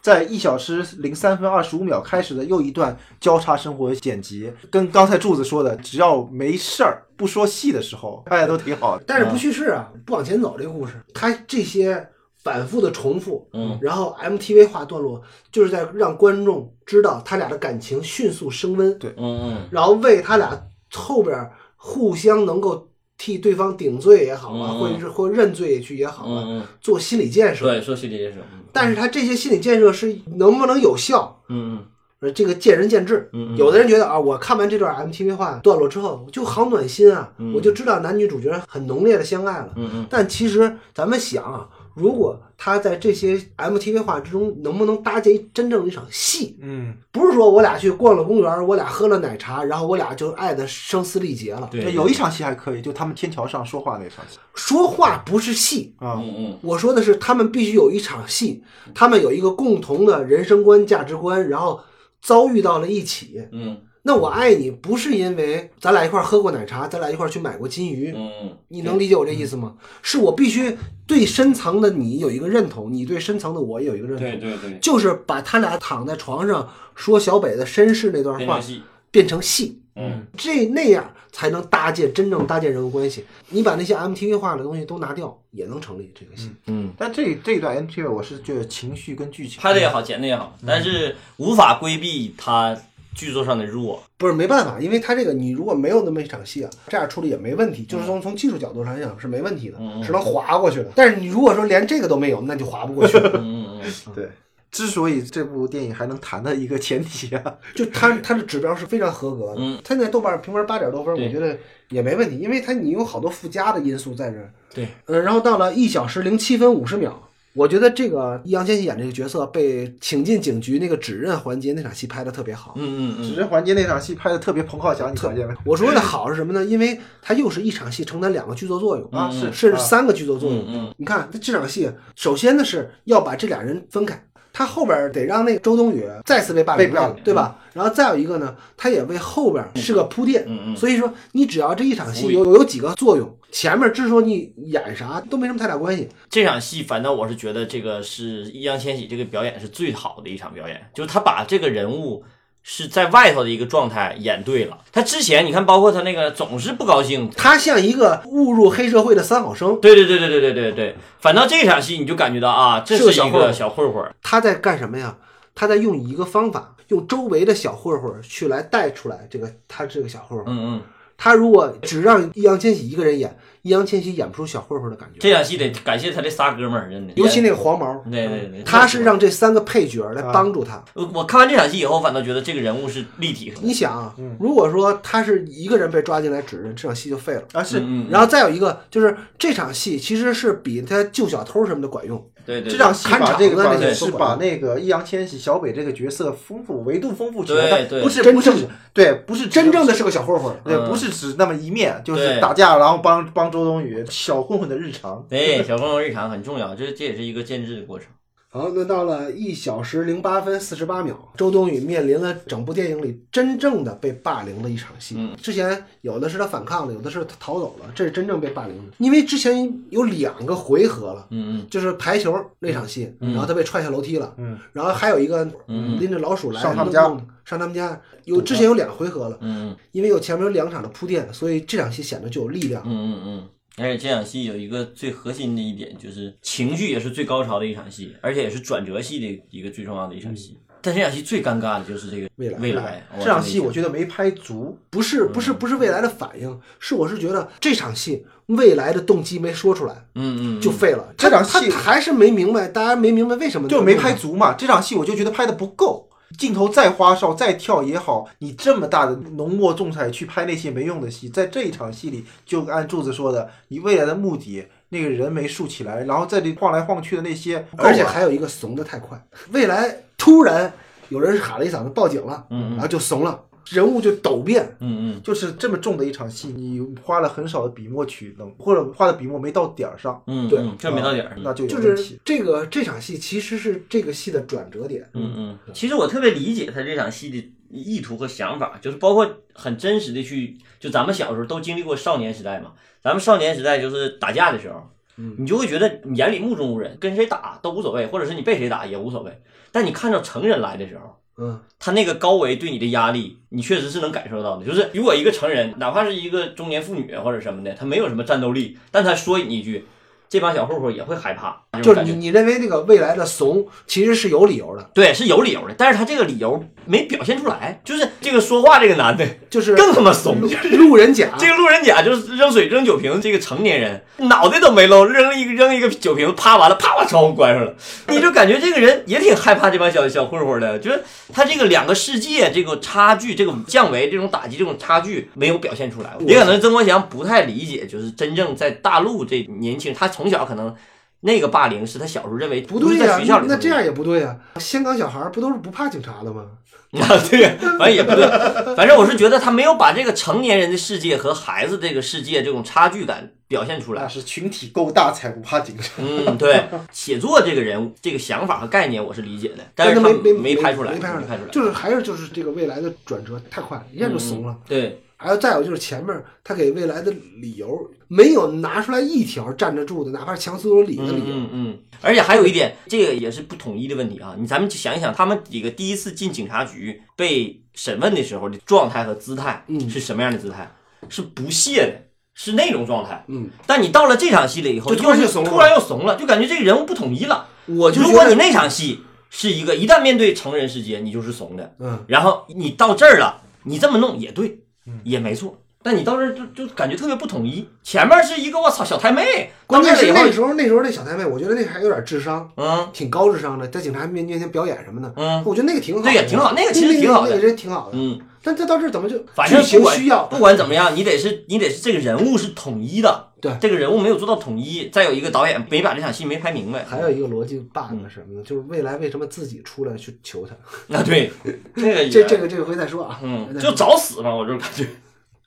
Speaker 3: 在一小时零三分二十五秒开始的又一段交叉生活剪辑，跟刚才柱子说的，只要没事儿不说戏的时候，大家都挺好 的。
Speaker 1: 但是不叙事啊，不往前走这个故事，它这些反复的重复，
Speaker 2: 嗯，
Speaker 1: 然后 MTV 化段落，就是在让观众知道他俩的感情迅速升温，
Speaker 2: 嗯
Speaker 1: 然后为他俩后边互相能够替对方顶罪也好啊，
Speaker 2: 嗯
Speaker 1: 或者是或认罪去也
Speaker 2: 嗯
Speaker 1: 好啊，
Speaker 2: 嗯嗯，
Speaker 1: 做心理建设。
Speaker 2: 对，说心理建设，
Speaker 1: 但是他这些心理建设是能不能有效，
Speaker 2: 嗯
Speaker 1: 呃这个见仁见智。
Speaker 2: 嗯嗯，
Speaker 1: 有的人觉得啊，我看完这段 MTV 化段落之后，就好暖心啊，
Speaker 2: 嗯
Speaker 1: 我就知道男女主角很浓烈的相爱了。
Speaker 2: 嗯嗯
Speaker 1: 但其实咱们想啊，如果他在这些 MTV 化之中，能不能搭建一真正一场戏？
Speaker 3: 嗯，
Speaker 1: 不是说我俩去逛了公园，我俩喝了奶茶，然后我俩就爱的声嘶力竭了。
Speaker 2: 对，对
Speaker 3: 有一场戏还可以，就他们天桥上说话那场戏
Speaker 1: 说话不是戏，
Speaker 3: 啊，
Speaker 2: 嗯嗯
Speaker 1: 我说的是他们必须有一场戏，他们有一个共同的人生观、价值观，然后遭遇到了一起。
Speaker 2: 嗯
Speaker 1: 那我爱你不是因为咱俩一块儿喝过奶茶，咱俩一块儿去买过金鱼，
Speaker 2: 嗯，
Speaker 1: 你能理解我这意思吗？是我必须对深层的你有一个认同，你对深层的我也有一个认同，
Speaker 2: 对对对，
Speaker 1: 就是把他俩躺在床上说小北的身世那段
Speaker 2: 变
Speaker 1: 话
Speaker 2: 成戏，
Speaker 1: 变成戏，
Speaker 2: 嗯
Speaker 1: 这那样才能搭建真正搭建人物关系。你把那些 MTV 化的东西都拿掉，也能成立这个戏。
Speaker 2: 嗯。
Speaker 3: 但这这一段 N T V 我是觉得情绪跟剧情
Speaker 2: 拍的也好，剪的也好，但是无法规避他剧作上的弱。
Speaker 1: 不是没办法，因为他这个你如果没有那么一场戏啊，这样处理也没问题，就是从从技术角度上来讲是没问题的，
Speaker 2: 嗯嗯嗯
Speaker 1: 是能划过去的。但是你如果说连这个都没有，那就划不过去。
Speaker 2: 嗯嗯嗯，
Speaker 3: 对。啊之所以这部电影还能谈的一个前提啊，
Speaker 1: 就他他的指标是非常合格的，
Speaker 2: 嗯
Speaker 1: 他现在豆瓣评分八点多分，
Speaker 2: 对
Speaker 1: 我觉得也没问题，因为他你有好多附加的因素在这儿。
Speaker 2: 对，
Speaker 1: 呃，然后到了一小时零七分五十秒，我觉得这个易烊千玺演这个角色被请进警局那个指认环节那场戏拍的特别好。
Speaker 2: 嗯
Speaker 3: 指
Speaker 2: 嗯
Speaker 3: 认环节那场戏拍的特别彭浩翔，你发现没？
Speaker 1: 我说的好是什么呢？因为它又是一场戏承担两个剧作作用，
Speaker 3: 啊，
Speaker 2: 嗯
Speaker 3: 是
Speaker 1: 甚至
Speaker 3: 啊
Speaker 1: 三个剧作作用
Speaker 2: 嗯。嗯
Speaker 1: 你看他这场戏，首先呢是要把这俩人分开，他后边得让那个周冬雨再次被霸凌
Speaker 3: 被霸凌
Speaker 1: 了，对吧？然后再有一个呢，他也为后边是个铺垫。
Speaker 2: 嗯嗯，
Speaker 1: 所以说，你只要这一场
Speaker 2: 服
Speaker 1: 戏
Speaker 2: 役
Speaker 1: 有有几个作用，前面之所以演啥都没什么太大关系。
Speaker 2: 这场戏反倒我是觉得这个是易烊千玺这个表演是最好的一场表演，就是他把这个人物是在外头的一个状态演对了。他之前你看，包括他那个总是不高兴。
Speaker 1: 他像一个误入黑社会的三好生，
Speaker 2: 对对对对对对对对，反倒这场戏你就感觉到啊，这
Speaker 1: 是个
Speaker 2: 是一个小混混，
Speaker 1: 他在干什么呀？他在用一个方法，用周围的小混混去来带出来这个他这个小混混。
Speaker 2: 嗯嗯，
Speaker 1: 他如果只让易烊千玺一个人演，易烊千玺演不出小混混的感觉。
Speaker 2: 这场戏得感谢他这仨哥们儿，真的，
Speaker 1: 尤其那个黄毛，
Speaker 2: 对对对，
Speaker 1: 他是让这三个配角来帮助他。
Speaker 2: 我我看完这场戏以后，反倒觉得这个人物是立体的。
Speaker 1: 你想啊，如果说他是一个人被抓进来指认，这场戏就废了。
Speaker 3: 啊是
Speaker 2: 嗯嗯，
Speaker 1: 然后再有一个就是这场戏其实是比他救小偷什么的管用，
Speaker 2: 对对，对
Speaker 3: 这场戏把这个
Speaker 1: 看场
Speaker 3: 把
Speaker 1: 子那些
Speaker 3: 是把那个易烊千玺、小北这个角色丰富维度丰富起
Speaker 2: 对
Speaker 3: 来，
Speaker 2: 对
Speaker 3: 但不是
Speaker 1: 真
Speaker 3: 不是
Speaker 1: 正
Speaker 3: 指对不是指
Speaker 1: 真正的是个小混混。
Speaker 3: 对
Speaker 2: 嗯
Speaker 3: 不是指那么一面，就
Speaker 2: 对
Speaker 3: 是打架然后帮帮周冬雨小混混的日常。
Speaker 2: 对小朋友日常很重要，这这也是一个建制的过程。
Speaker 1: 好，那到了一小时零八分四十八秒，周冬雨面临了整部电影里真正的被霸凌的一场戏。
Speaker 2: 嗯
Speaker 1: 之前有的是她反抗了，有的是她逃走了，这是真正被霸凌的。因为之前有两个回合了，
Speaker 2: 嗯嗯
Speaker 1: 就是排球那场戏，然后她被踹下楼梯了，
Speaker 3: 嗯，
Speaker 1: 然后还有一个
Speaker 2: 嗯
Speaker 1: 拎着老鼠来
Speaker 3: 上他们家
Speaker 1: 弄上他们家，有之前有两回合了，
Speaker 2: 嗯
Speaker 1: 因为有前面有两场的铺垫，所以这场戏显得就有力量
Speaker 2: 嗯。嗯嗯。而且这场戏有一个最核心的一点，就是情绪也是最高潮的一场戏，而且也是转折戏的一个最重要的一场戏。但这场戏最尴尬的就是这个
Speaker 1: 未来
Speaker 2: 未来
Speaker 3: 这场戏我
Speaker 2: 得
Speaker 3: 觉得没拍足，
Speaker 1: 不是不
Speaker 2: 嗯
Speaker 1: 是不是未来的反应，是我是觉得这场戏未来的动机没说出来
Speaker 2: 嗯嗯
Speaker 1: 就废了。
Speaker 3: 这场
Speaker 1: 他
Speaker 3: 戏
Speaker 1: 他还是没明白，大家没明白为什么
Speaker 3: 就没拍足嘛。这场戏我就觉得拍的不够，镜头再花哨再跳也好，你这么大的浓墨重彩去拍那些没用的戏，在这一场戏里，就按柱子说的，你未来的目的。那个人没竖起来，然后在里晃来晃去的那些，
Speaker 1: 而且
Speaker 3: 够了啊
Speaker 1: 还有一个怂的太快，未来突然有人喊了一嗓子报警了，
Speaker 2: 嗯嗯
Speaker 1: 然后就怂了，人物就陡变。
Speaker 2: 嗯嗯
Speaker 3: 就是这么重的一场戏，你花了很少的笔墨去弄，或者花的笔墨没到点儿上，
Speaker 2: 嗯，
Speaker 1: 对
Speaker 2: 嗯这没到点儿。
Speaker 3: 那就有
Speaker 1: 就
Speaker 3: 问
Speaker 1: 是
Speaker 3: 题。
Speaker 1: 这个这场戏其实是这个戏的转折点，
Speaker 2: 嗯，嗯，其实我特别理解他这场戏的意图和想法，就是包括很真实的去，就咱们小时候都经历过少年时代嘛，咱们少年时代就是打架的时候，
Speaker 1: 嗯
Speaker 2: 你就会觉得你眼里目中无人，跟谁打都无所谓，或者是你被谁打也无所谓。但你看到成人来的时候，
Speaker 1: 嗯，
Speaker 2: 他那个高维对你的压力，你确实是能感受到的。就是如果一个成人，哪怕是一个中年妇女啊或者什么的，他没有什么战斗力，但他说你一句，这帮小混混也会害怕，这
Speaker 1: 就
Speaker 2: 种
Speaker 1: 是你
Speaker 2: 感觉。
Speaker 1: 你认为这个未来的怂其实是有理由的，
Speaker 2: 对，是有理由的，但是他这个理由没表现出来，就是这个说话这个男的
Speaker 1: 就是
Speaker 2: 更他妈怂。
Speaker 1: 路路人甲，
Speaker 2: 这个路人甲就是扔水扔酒瓶，这个成年人脑袋都没露，扔了一个扔一个酒瓶，啪完了，啪把窗户关上了，你就感觉这个人也挺害怕这帮小小混混的，就是他这个两个世界这个差距，这种降维这种打击这种差距没有表现出来，也可能曾国祥不太理解，就是真正在大陆这年轻人，他从小可能那个霸凌是他小时候认为
Speaker 1: 不对
Speaker 2: 是在
Speaker 1: 呀、
Speaker 2: 学校里
Speaker 1: 那
Speaker 2: 头
Speaker 1: 这样也不对呀、香港小孩儿不都是不怕警察的吗？
Speaker 2: 啊，对，反正也不对，反正我是觉得他没有把这个成年人的世界和孩子这个世界这种差距感表现出
Speaker 3: 那
Speaker 2: 来。
Speaker 3: 是群体够大才不怕警察。
Speaker 2: 嗯，对， 写作这个人这个想法和概念我是理解的，但
Speaker 1: 但
Speaker 2: 是
Speaker 1: 他
Speaker 2: 他
Speaker 1: 没没
Speaker 2: 拍出来，
Speaker 1: 没拍出
Speaker 2: 拍出来，
Speaker 1: 就是还是就是这个未来的转折太快，一下就怂了。
Speaker 2: 嗯对，
Speaker 1: 还有再有就是前面他给未来的理由没有拿出来一条站得住的，哪怕是强词夺理的
Speaker 2: 嗯
Speaker 1: 理由。
Speaker 2: 嗯嗯，而且还有一点，这个也是不统一的问题啊。你咱们想一想，他们几个第一次进警察局被审问的时候的状态和姿态
Speaker 1: 嗯
Speaker 2: 是什么样的姿态？是不屑的，是那种状态。
Speaker 1: 嗯，
Speaker 2: 但你到了这场戏了以后，
Speaker 1: 就突然
Speaker 2: 又
Speaker 1: 就怂了
Speaker 2: 突然又怂了，就感觉这个人物不统一了。
Speaker 1: 我就
Speaker 2: 如
Speaker 1: 觉
Speaker 2: 果
Speaker 1: 得
Speaker 2: 你那场戏是一个一旦面对成人世界，你就是怂的，
Speaker 1: 嗯，
Speaker 2: 然后你到这儿了，你这么弄也对，也没错。但你到这儿就就感觉特别不统一，前面是一个我操小太妹，
Speaker 1: 关键
Speaker 2: 到这
Speaker 1: 是
Speaker 2: 儿了
Speaker 1: 那
Speaker 2: 以后，
Speaker 1: 时候那时候那小太妹，我觉得那还有点智商，
Speaker 2: 嗯
Speaker 1: 挺高智商的，在警察面面前表演什么的，
Speaker 2: 嗯
Speaker 1: 我觉得那个挺好的，
Speaker 2: 对也挺好那个其实挺好的
Speaker 1: 那个真挺好的。
Speaker 2: 嗯，
Speaker 1: 但这到这儿怎么就
Speaker 2: 反正
Speaker 1: 剧情
Speaker 2: 不管
Speaker 1: 需要
Speaker 2: 不管怎么样，你得是你得是这个人物是统一的，
Speaker 1: 对
Speaker 2: 这个人物没有做到统一。再有一个导演没把这场戏没拍明白，
Speaker 1: 还有一个逻辑 bug 是什么呢？就是未来为什么自己出来去求他？
Speaker 2: 那对这个也
Speaker 1: 这这个这个回再说啊。
Speaker 2: 嗯
Speaker 1: 那
Speaker 2: 就找死吧，我就感觉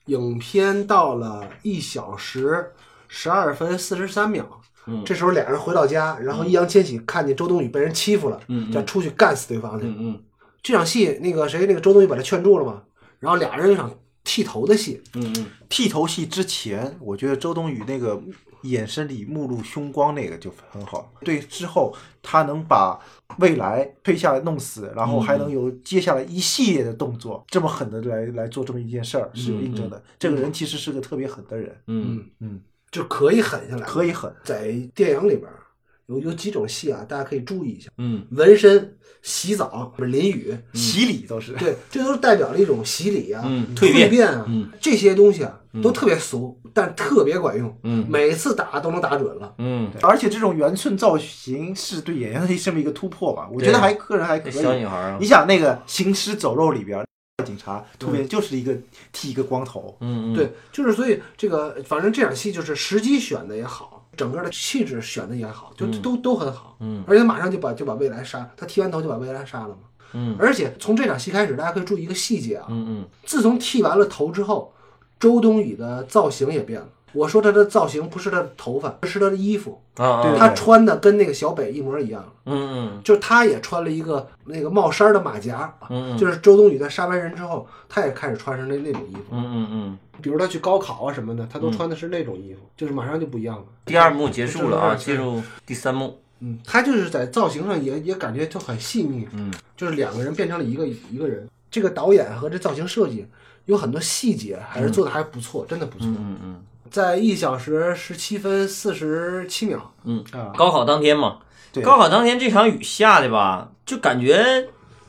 Speaker 1: 影片到了一小时十二分四十三秒，
Speaker 2: 嗯
Speaker 1: 这时候俩人回到家，然后易烊千玺看见周冬雨被人欺负了，
Speaker 2: 嗯嗯
Speaker 1: 想出去干死对方去。
Speaker 2: 嗯嗯
Speaker 1: 这场戏那个谁那个周冬雨把他劝住了嘛，然后俩人有一场剃头的戏，
Speaker 2: 嗯嗯
Speaker 3: 剃头戏之前，我觉得周冬雨那个眼神里目露凶光那个就很好。对，之后他能把未来推下来弄死，然后还能有接下来一系列的动作，这么狠的来来做这么一件事儿是有印证的。这个人其实是个特别狠的人，
Speaker 2: 嗯
Speaker 3: 嗯，
Speaker 1: 就可以狠下来，
Speaker 3: 可以狠。
Speaker 1: 在电影里边儿有有几种戏啊，大家可以注意一下：
Speaker 2: 嗯
Speaker 1: 纹身、洗澡、淋雨，
Speaker 3: 洗礼都是，
Speaker 1: 对，这都是代表了一种洗礼啊、
Speaker 2: 嗯蜕
Speaker 1: 蜕
Speaker 2: 变
Speaker 1: 变啊
Speaker 2: 嗯，
Speaker 1: 这些东西啊都特别俗，但特别管用，
Speaker 2: 嗯
Speaker 1: 每次打都能打准了。
Speaker 2: 嗯，
Speaker 3: 而且这种圆寸造型是对演员的这么一个突破吧，我觉得
Speaker 2: 对
Speaker 3: 还个人还可
Speaker 2: 这
Speaker 3: 以。
Speaker 2: 小女孩啊
Speaker 3: 你，想那个《行尸走肉》里边儿，警察
Speaker 2: 嗯
Speaker 3: 突变就是一个剃一个光头，
Speaker 2: 嗯嗯
Speaker 1: 对，就是所以这个，反正这场戏就是时机选的也好，整个的气质选的也好，就都、都很好。
Speaker 2: 嗯，
Speaker 1: 而且马上就把就把未来杀，他剃完头就把未来杀了嘛。
Speaker 2: 嗯，
Speaker 1: 而且从这场戏开始，大家可以注意一个细节啊，
Speaker 2: 嗯嗯
Speaker 1: 自从剃完了头之后，周冬雨的造型也变了。我说他的造型不是他的头发，是他的衣服，
Speaker 2: 啊，
Speaker 3: 对
Speaker 2: 啊
Speaker 1: 他穿的跟那个小北一模一样，
Speaker 2: 嗯嗯
Speaker 1: 就是他也穿了一个那个帽衫的马甲，
Speaker 2: 嗯，
Speaker 1: 就是是周冬雨在杀完人之后，他也开始穿上那那种衣服，
Speaker 2: 嗯嗯嗯。
Speaker 1: 比如他去高考啊什么的，他都穿的是那种衣服，就是马上就不一样了。
Speaker 2: 第二幕结束了啊，
Speaker 1: 就是
Speaker 2: 进入第三幕。
Speaker 1: 嗯，他就是在造型上也也感觉就很细腻，
Speaker 2: 嗯，
Speaker 1: 就是两个人变成了一个一个人。这个导演和这造型设计有很多细节，还是做的还不错，真的不错。
Speaker 2: 嗯嗯
Speaker 1: 在一小时十七分四十七秒，
Speaker 2: 嗯
Speaker 1: 啊
Speaker 2: 嗯。，高考当天嘛，
Speaker 3: 对
Speaker 2: 高考当天这场雨下的吧，就感觉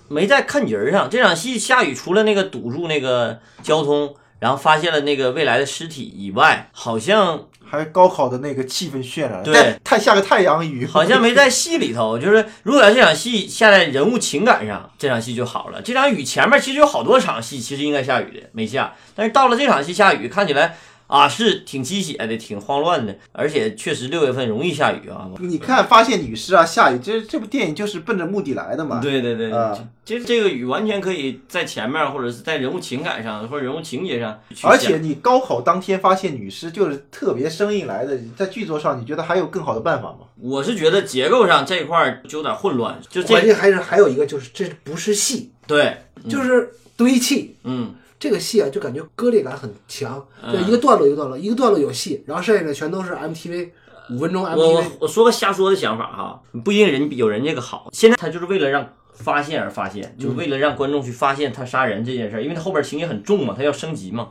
Speaker 2: 没在看节儿上。这场戏下雨，除了那个堵住那个交通，然后发现了那个未来的尸体以外，好像
Speaker 3: 还有高考的那个气氛渲染，
Speaker 2: 对
Speaker 3: 但 太下个太阳雨，
Speaker 2: 好像没在戏里头。就是如果要这场戏下在人物情感上，这场戏就好了。这场雨前面其实有好多场戏，其实应该下雨的没下，但是到了这场戏下雨，看起来啊是挺鸡血的，挺慌乱的，而且确实六月份容易下雨啊。
Speaker 3: 你看发现女尸啊，下雨，这这部电影就是奔着目的来的嘛。
Speaker 2: 嗯对对对，
Speaker 3: 啊
Speaker 2: 这这个雨完全可以在前面，或者是在人物情感上，或者人物情节上去讲，
Speaker 3: 而且你高考当天发现女尸，就是特别生硬来的，在剧作上你觉得还有更好的办法吗？
Speaker 2: 我是觉得结构上这一块儿就有点混乱，就
Speaker 1: 关
Speaker 2: 这嗯
Speaker 1: 键还是还有一个就是这不是戏，
Speaker 2: 对，
Speaker 1: 就是堆砌。
Speaker 2: 嗯
Speaker 1: 这个戏啊，就感觉割裂感很强，就一个段落一个段落，一个段落有戏，然后剩下的全都是 MTV 五分钟
Speaker 2: 我我
Speaker 1: MTV。
Speaker 2: 我说个瞎说的想法哈，不一定人比有人这个好。现在他就是为了让发现而发现，
Speaker 1: 嗯
Speaker 2: 就是为了让观众去发现他杀人这件事儿，因为他后边情节很重嘛，他要升级嘛。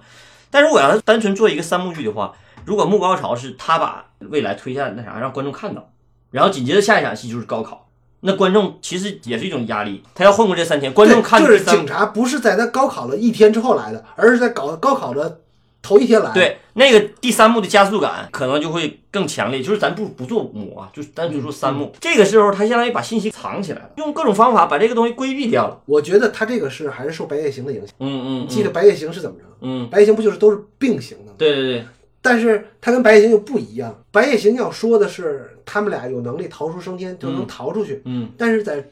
Speaker 2: 但是我要是单纯做一个三幕剧的话，如果幕高潮是他把未来推下那啥，让观众看到，然后紧接着下一场戏就是高考，那观众其实也是一种压力，他要混过这三天，观众
Speaker 1: 对
Speaker 2: 看
Speaker 1: 就
Speaker 2: 这
Speaker 1: 是
Speaker 2: 三
Speaker 1: 警察不是在他高考了一天之后来的，而是在搞高考的头一天来的。
Speaker 2: 对，那个第三幕的加速感可能就会更强烈，就是咱不不做五幕啊，就是单纯说三幕。这个时候，他相当于把信息藏起来了，用各种方法把这个东西规避掉了。
Speaker 1: 我觉得他这个是还是受《白夜行》的影响。
Speaker 2: 嗯嗯，
Speaker 1: 记得《白夜行》是怎么着？
Speaker 2: 嗯，嗯，嗯
Speaker 1: 白夜行》不就是都是并行的吗？
Speaker 2: 对对对，
Speaker 1: 但是它跟《白夜行》又不一样，《白夜行》要说的是他们俩有能力逃出升天，就能逃出去，
Speaker 2: 嗯，
Speaker 1: 但是在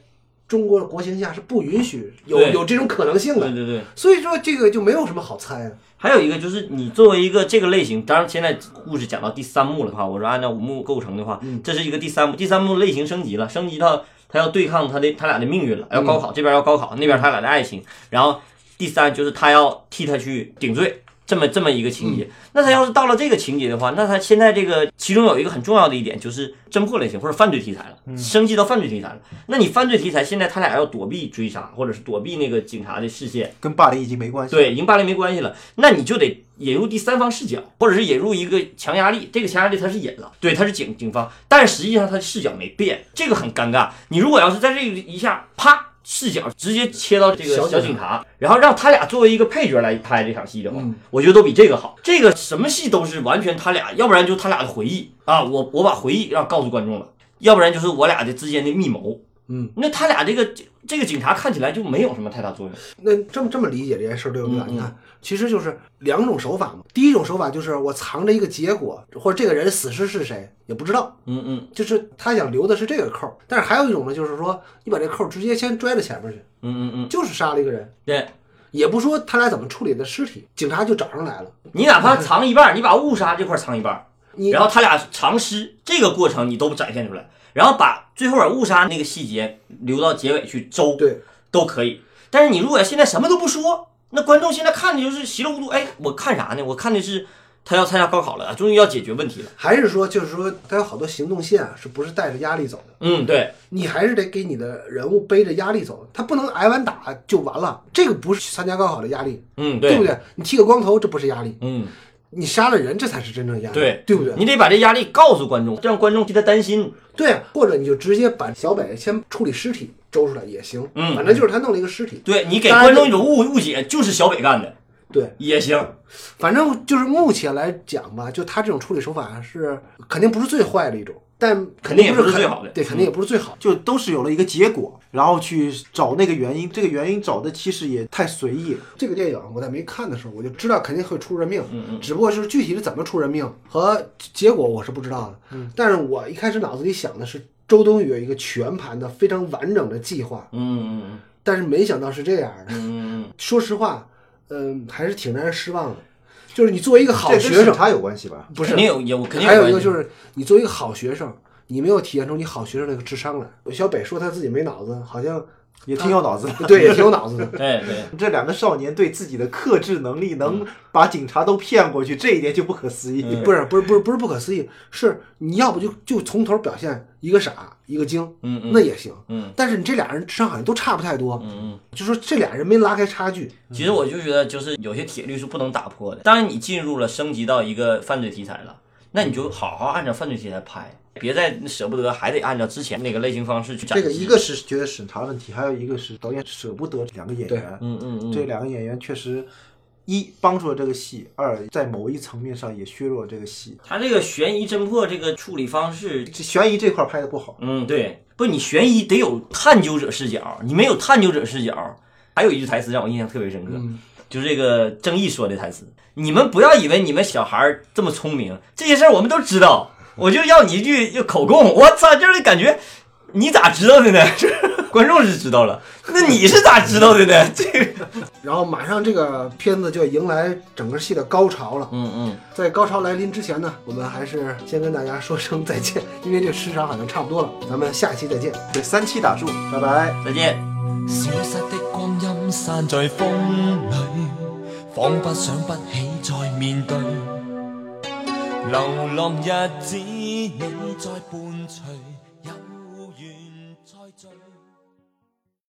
Speaker 1: 中国的国情下是不允许有
Speaker 2: 对
Speaker 1: 有这种可能性
Speaker 2: 对
Speaker 1: 的，
Speaker 2: 对嗯对。
Speaker 1: 所以说这个就没有什么好猜啊。
Speaker 2: 还有一个就是，你作为一个这个类型，当然现在故事讲到第三幕了的话，我说按照五幕构成的话，这是一个第三幕，第三幕类型升级了，升级到他要对抗他的他俩的命运了，要高考，这边要高考，那边他俩的爱情，然后第三就是他要替他去顶罪，这么这么一个情节。那他要是到了这个情节的话，那他现在这个其中有一个很重要的一点就是侦破类型或者犯罪题材了，升级到犯罪题材了。那你犯罪题材现在他俩要躲避追杀，或者是躲避那个警察的视线。
Speaker 3: 跟霸凌已经没关系。，
Speaker 2: 对，已经霸凌没关系了，那你就得引入第三方视角，或者是引入一个强压力。这个强压力它是引了，对，它是警警方，但实际上它的视角没变，这个很尴尬。你如果要是在这一下啪。视角直接切到这个
Speaker 1: 小
Speaker 2: 小
Speaker 1: 警察
Speaker 2: 警察，然后让他俩作为一个配角来拍这场戏的话，
Speaker 1: 嗯
Speaker 2: 我觉得都比这个好。这个什么戏都是完全他俩，要不然就他俩的回忆啊，我我把回忆要告诉观众了，要不然就是我俩的之间的密谋。
Speaker 1: 嗯，
Speaker 2: 那他俩这个这这个警察看起来就没有什么太大作用。
Speaker 1: 那这么这么理解这件事儿对不对？
Speaker 2: 嗯嗯
Speaker 1: 你看，其实就是两种手法嘛。第一种手法就是我藏着一个结果，或者这个人死尸是谁也不知道，
Speaker 2: 嗯嗯
Speaker 1: 就是他想留的是这个扣儿。但是还有一种呢，就是说你把这扣儿直接先拽到前面去，
Speaker 2: 嗯嗯嗯，
Speaker 1: 就是杀了一个人，
Speaker 2: 对。
Speaker 1: 也不说他俩怎么处理的尸体，警察就找上来了。
Speaker 2: 你哪怕藏一半儿，你把误杀这块儿藏一半儿，
Speaker 1: 你
Speaker 2: 然后他俩藏尸这个过程你都展现出来，然后把最后把误杀那个细节留到结尾去周
Speaker 1: 对
Speaker 2: 都可以。但是你如果现在什么都不说，那观众现在看的就是稀里糊涂。哎，我看啥呢？我看的是他要参加高考了，终于要解决问题了。
Speaker 1: 还是说，就是说，他有好多行动线啊，是不是带着压力走的？
Speaker 2: 嗯，对，
Speaker 1: 你还是得给你的人物背着压力走，他不能挨完打就完了。这个不是参加高考的压力，
Speaker 2: 嗯
Speaker 1: 对
Speaker 2: 对
Speaker 1: 不对？你剃个光头，这不是压力，
Speaker 2: 嗯，
Speaker 1: 你杀了人，这才是真正压力，
Speaker 2: 对
Speaker 1: 对不对？
Speaker 2: 你得把这压力告诉观众，让观众替他担心。
Speaker 1: 对啊，或者你就直接把小北先处理尸体周出来也行，
Speaker 2: 嗯
Speaker 1: 反正就是他弄了一个尸体，
Speaker 2: 对你给
Speaker 1: 当然
Speaker 2: 观众
Speaker 1: 这
Speaker 2: 一种误误解，就是小北干的
Speaker 1: 对，
Speaker 2: 也行。
Speaker 1: 反正就是目前来讲吧，就他这种处理手法是肯定不是最坏的一种，但
Speaker 2: 肯定也
Speaker 1: 不
Speaker 2: 不是最
Speaker 1: 很
Speaker 2: 好的嗯
Speaker 1: 对，肯定也不是最好的。
Speaker 3: 就都是有了一个结果，然后去找那个原因，这个原因找的其实也太随意了。
Speaker 1: 这个电影我在没看的时候，我就知道肯定会出人命，
Speaker 2: 嗯
Speaker 1: 只不过是具体是怎么出人命和结果我是不知道的。
Speaker 3: 嗯
Speaker 1: 但是我一开始脑子里想的是周冬雨有一个全盘的、非常完整的计划，
Speaker 2: 嗯嗯
Speaker 1: 但是没想到是这样的。
Speaker 2: 嗯嗯嗯，
Speaker 1: 说实话，嗯，还是挺让人失望的。就是你作为一个好
Speaker 3: 这跟
Speaker 1: 学
Speaker 3: 审
Speaker 1: 生，
Speaker 3: 查有关系吧？
Speaker 1: 不是
Speaker 2: 肯定有有肯定
Speaker 1: 还有
Speaker 2: 关
Speaker 1: 一
Speaker 2: 系
Speaker 1: 个就是，你作为一个好学生，你没有体现出你好学生那个智商来。小北说他自己没脑子，好 像
Speaker 3: 也挺有脑子的。
Speaker 1: 对，也挺有脑子的。
Speaker 2: 对对，
Speaker 3: 这两个少年对自己的克制能力能把警察都骗过去，这一点就不可思议。
Speaker 2: 嗯
Speaker 1: 不是，不是，不是，不是不可思议，是你要不就就从头表现一个傻，一个精，
Speaker 2: 嗯嗯
Speaker 1: 那也行。
Speaker 2: 嗯
Speaker 1: 但是你这俩人智商好像都差不太多，
Speaker 2: 嗯嗯。
Speaker 1: 就说这俩人没拉开差距。
Speaker 2: 其实我就觉得，就是有些铁律是不能打破的。当然，你进入了升级到一个犯罪题材了，那你就好好按照犯罪题材拍，别再舍不得，还得按照之前那个类型方式去展示。
Speaker 3: 这个一个是觉得审查问题，还有一个是导演舍不得两个演员。
Speaker 2: 嗯，嗯嗯
Speaker 3: 这两个演员确实，一帮助了这个戏，二在某一层面上也削弱了这个戏。
Speaker 2: 他这个悬疑侦破这个处理方式，
Speaker 3: 这悬疑这块拍的不好，
Speaker 2: 嗯，对，不，你悬疑得有探究者视角，你没有探究者视角。还有一句台词让我印象特别深刻，就是这个郑毅说的台词：“你们不要以为你们小孩儿这么聪明，这些事儿我们都知道。”我就要你一句就口供，我操，就是感觉你咋知道的呢？ 观众是知道了，那你是咋知道的呢？ 这个，
Speaker 1: 然后马上这个片子就要迎来整个戏的高潮了。
Speaker 2: 嗯嗯，
Speaker 1: 在高潮来临之前呢，我们还是先跟大家说声再见，因为这个时长好像差不多了，咱们下期再见。
Speaker 3: 对三期打住，拜拜。
Speaker 2: 再见。
Speaker 4: 消失的光阴散在风里，仿佛想不起再面对。流浪日子，你在伴随。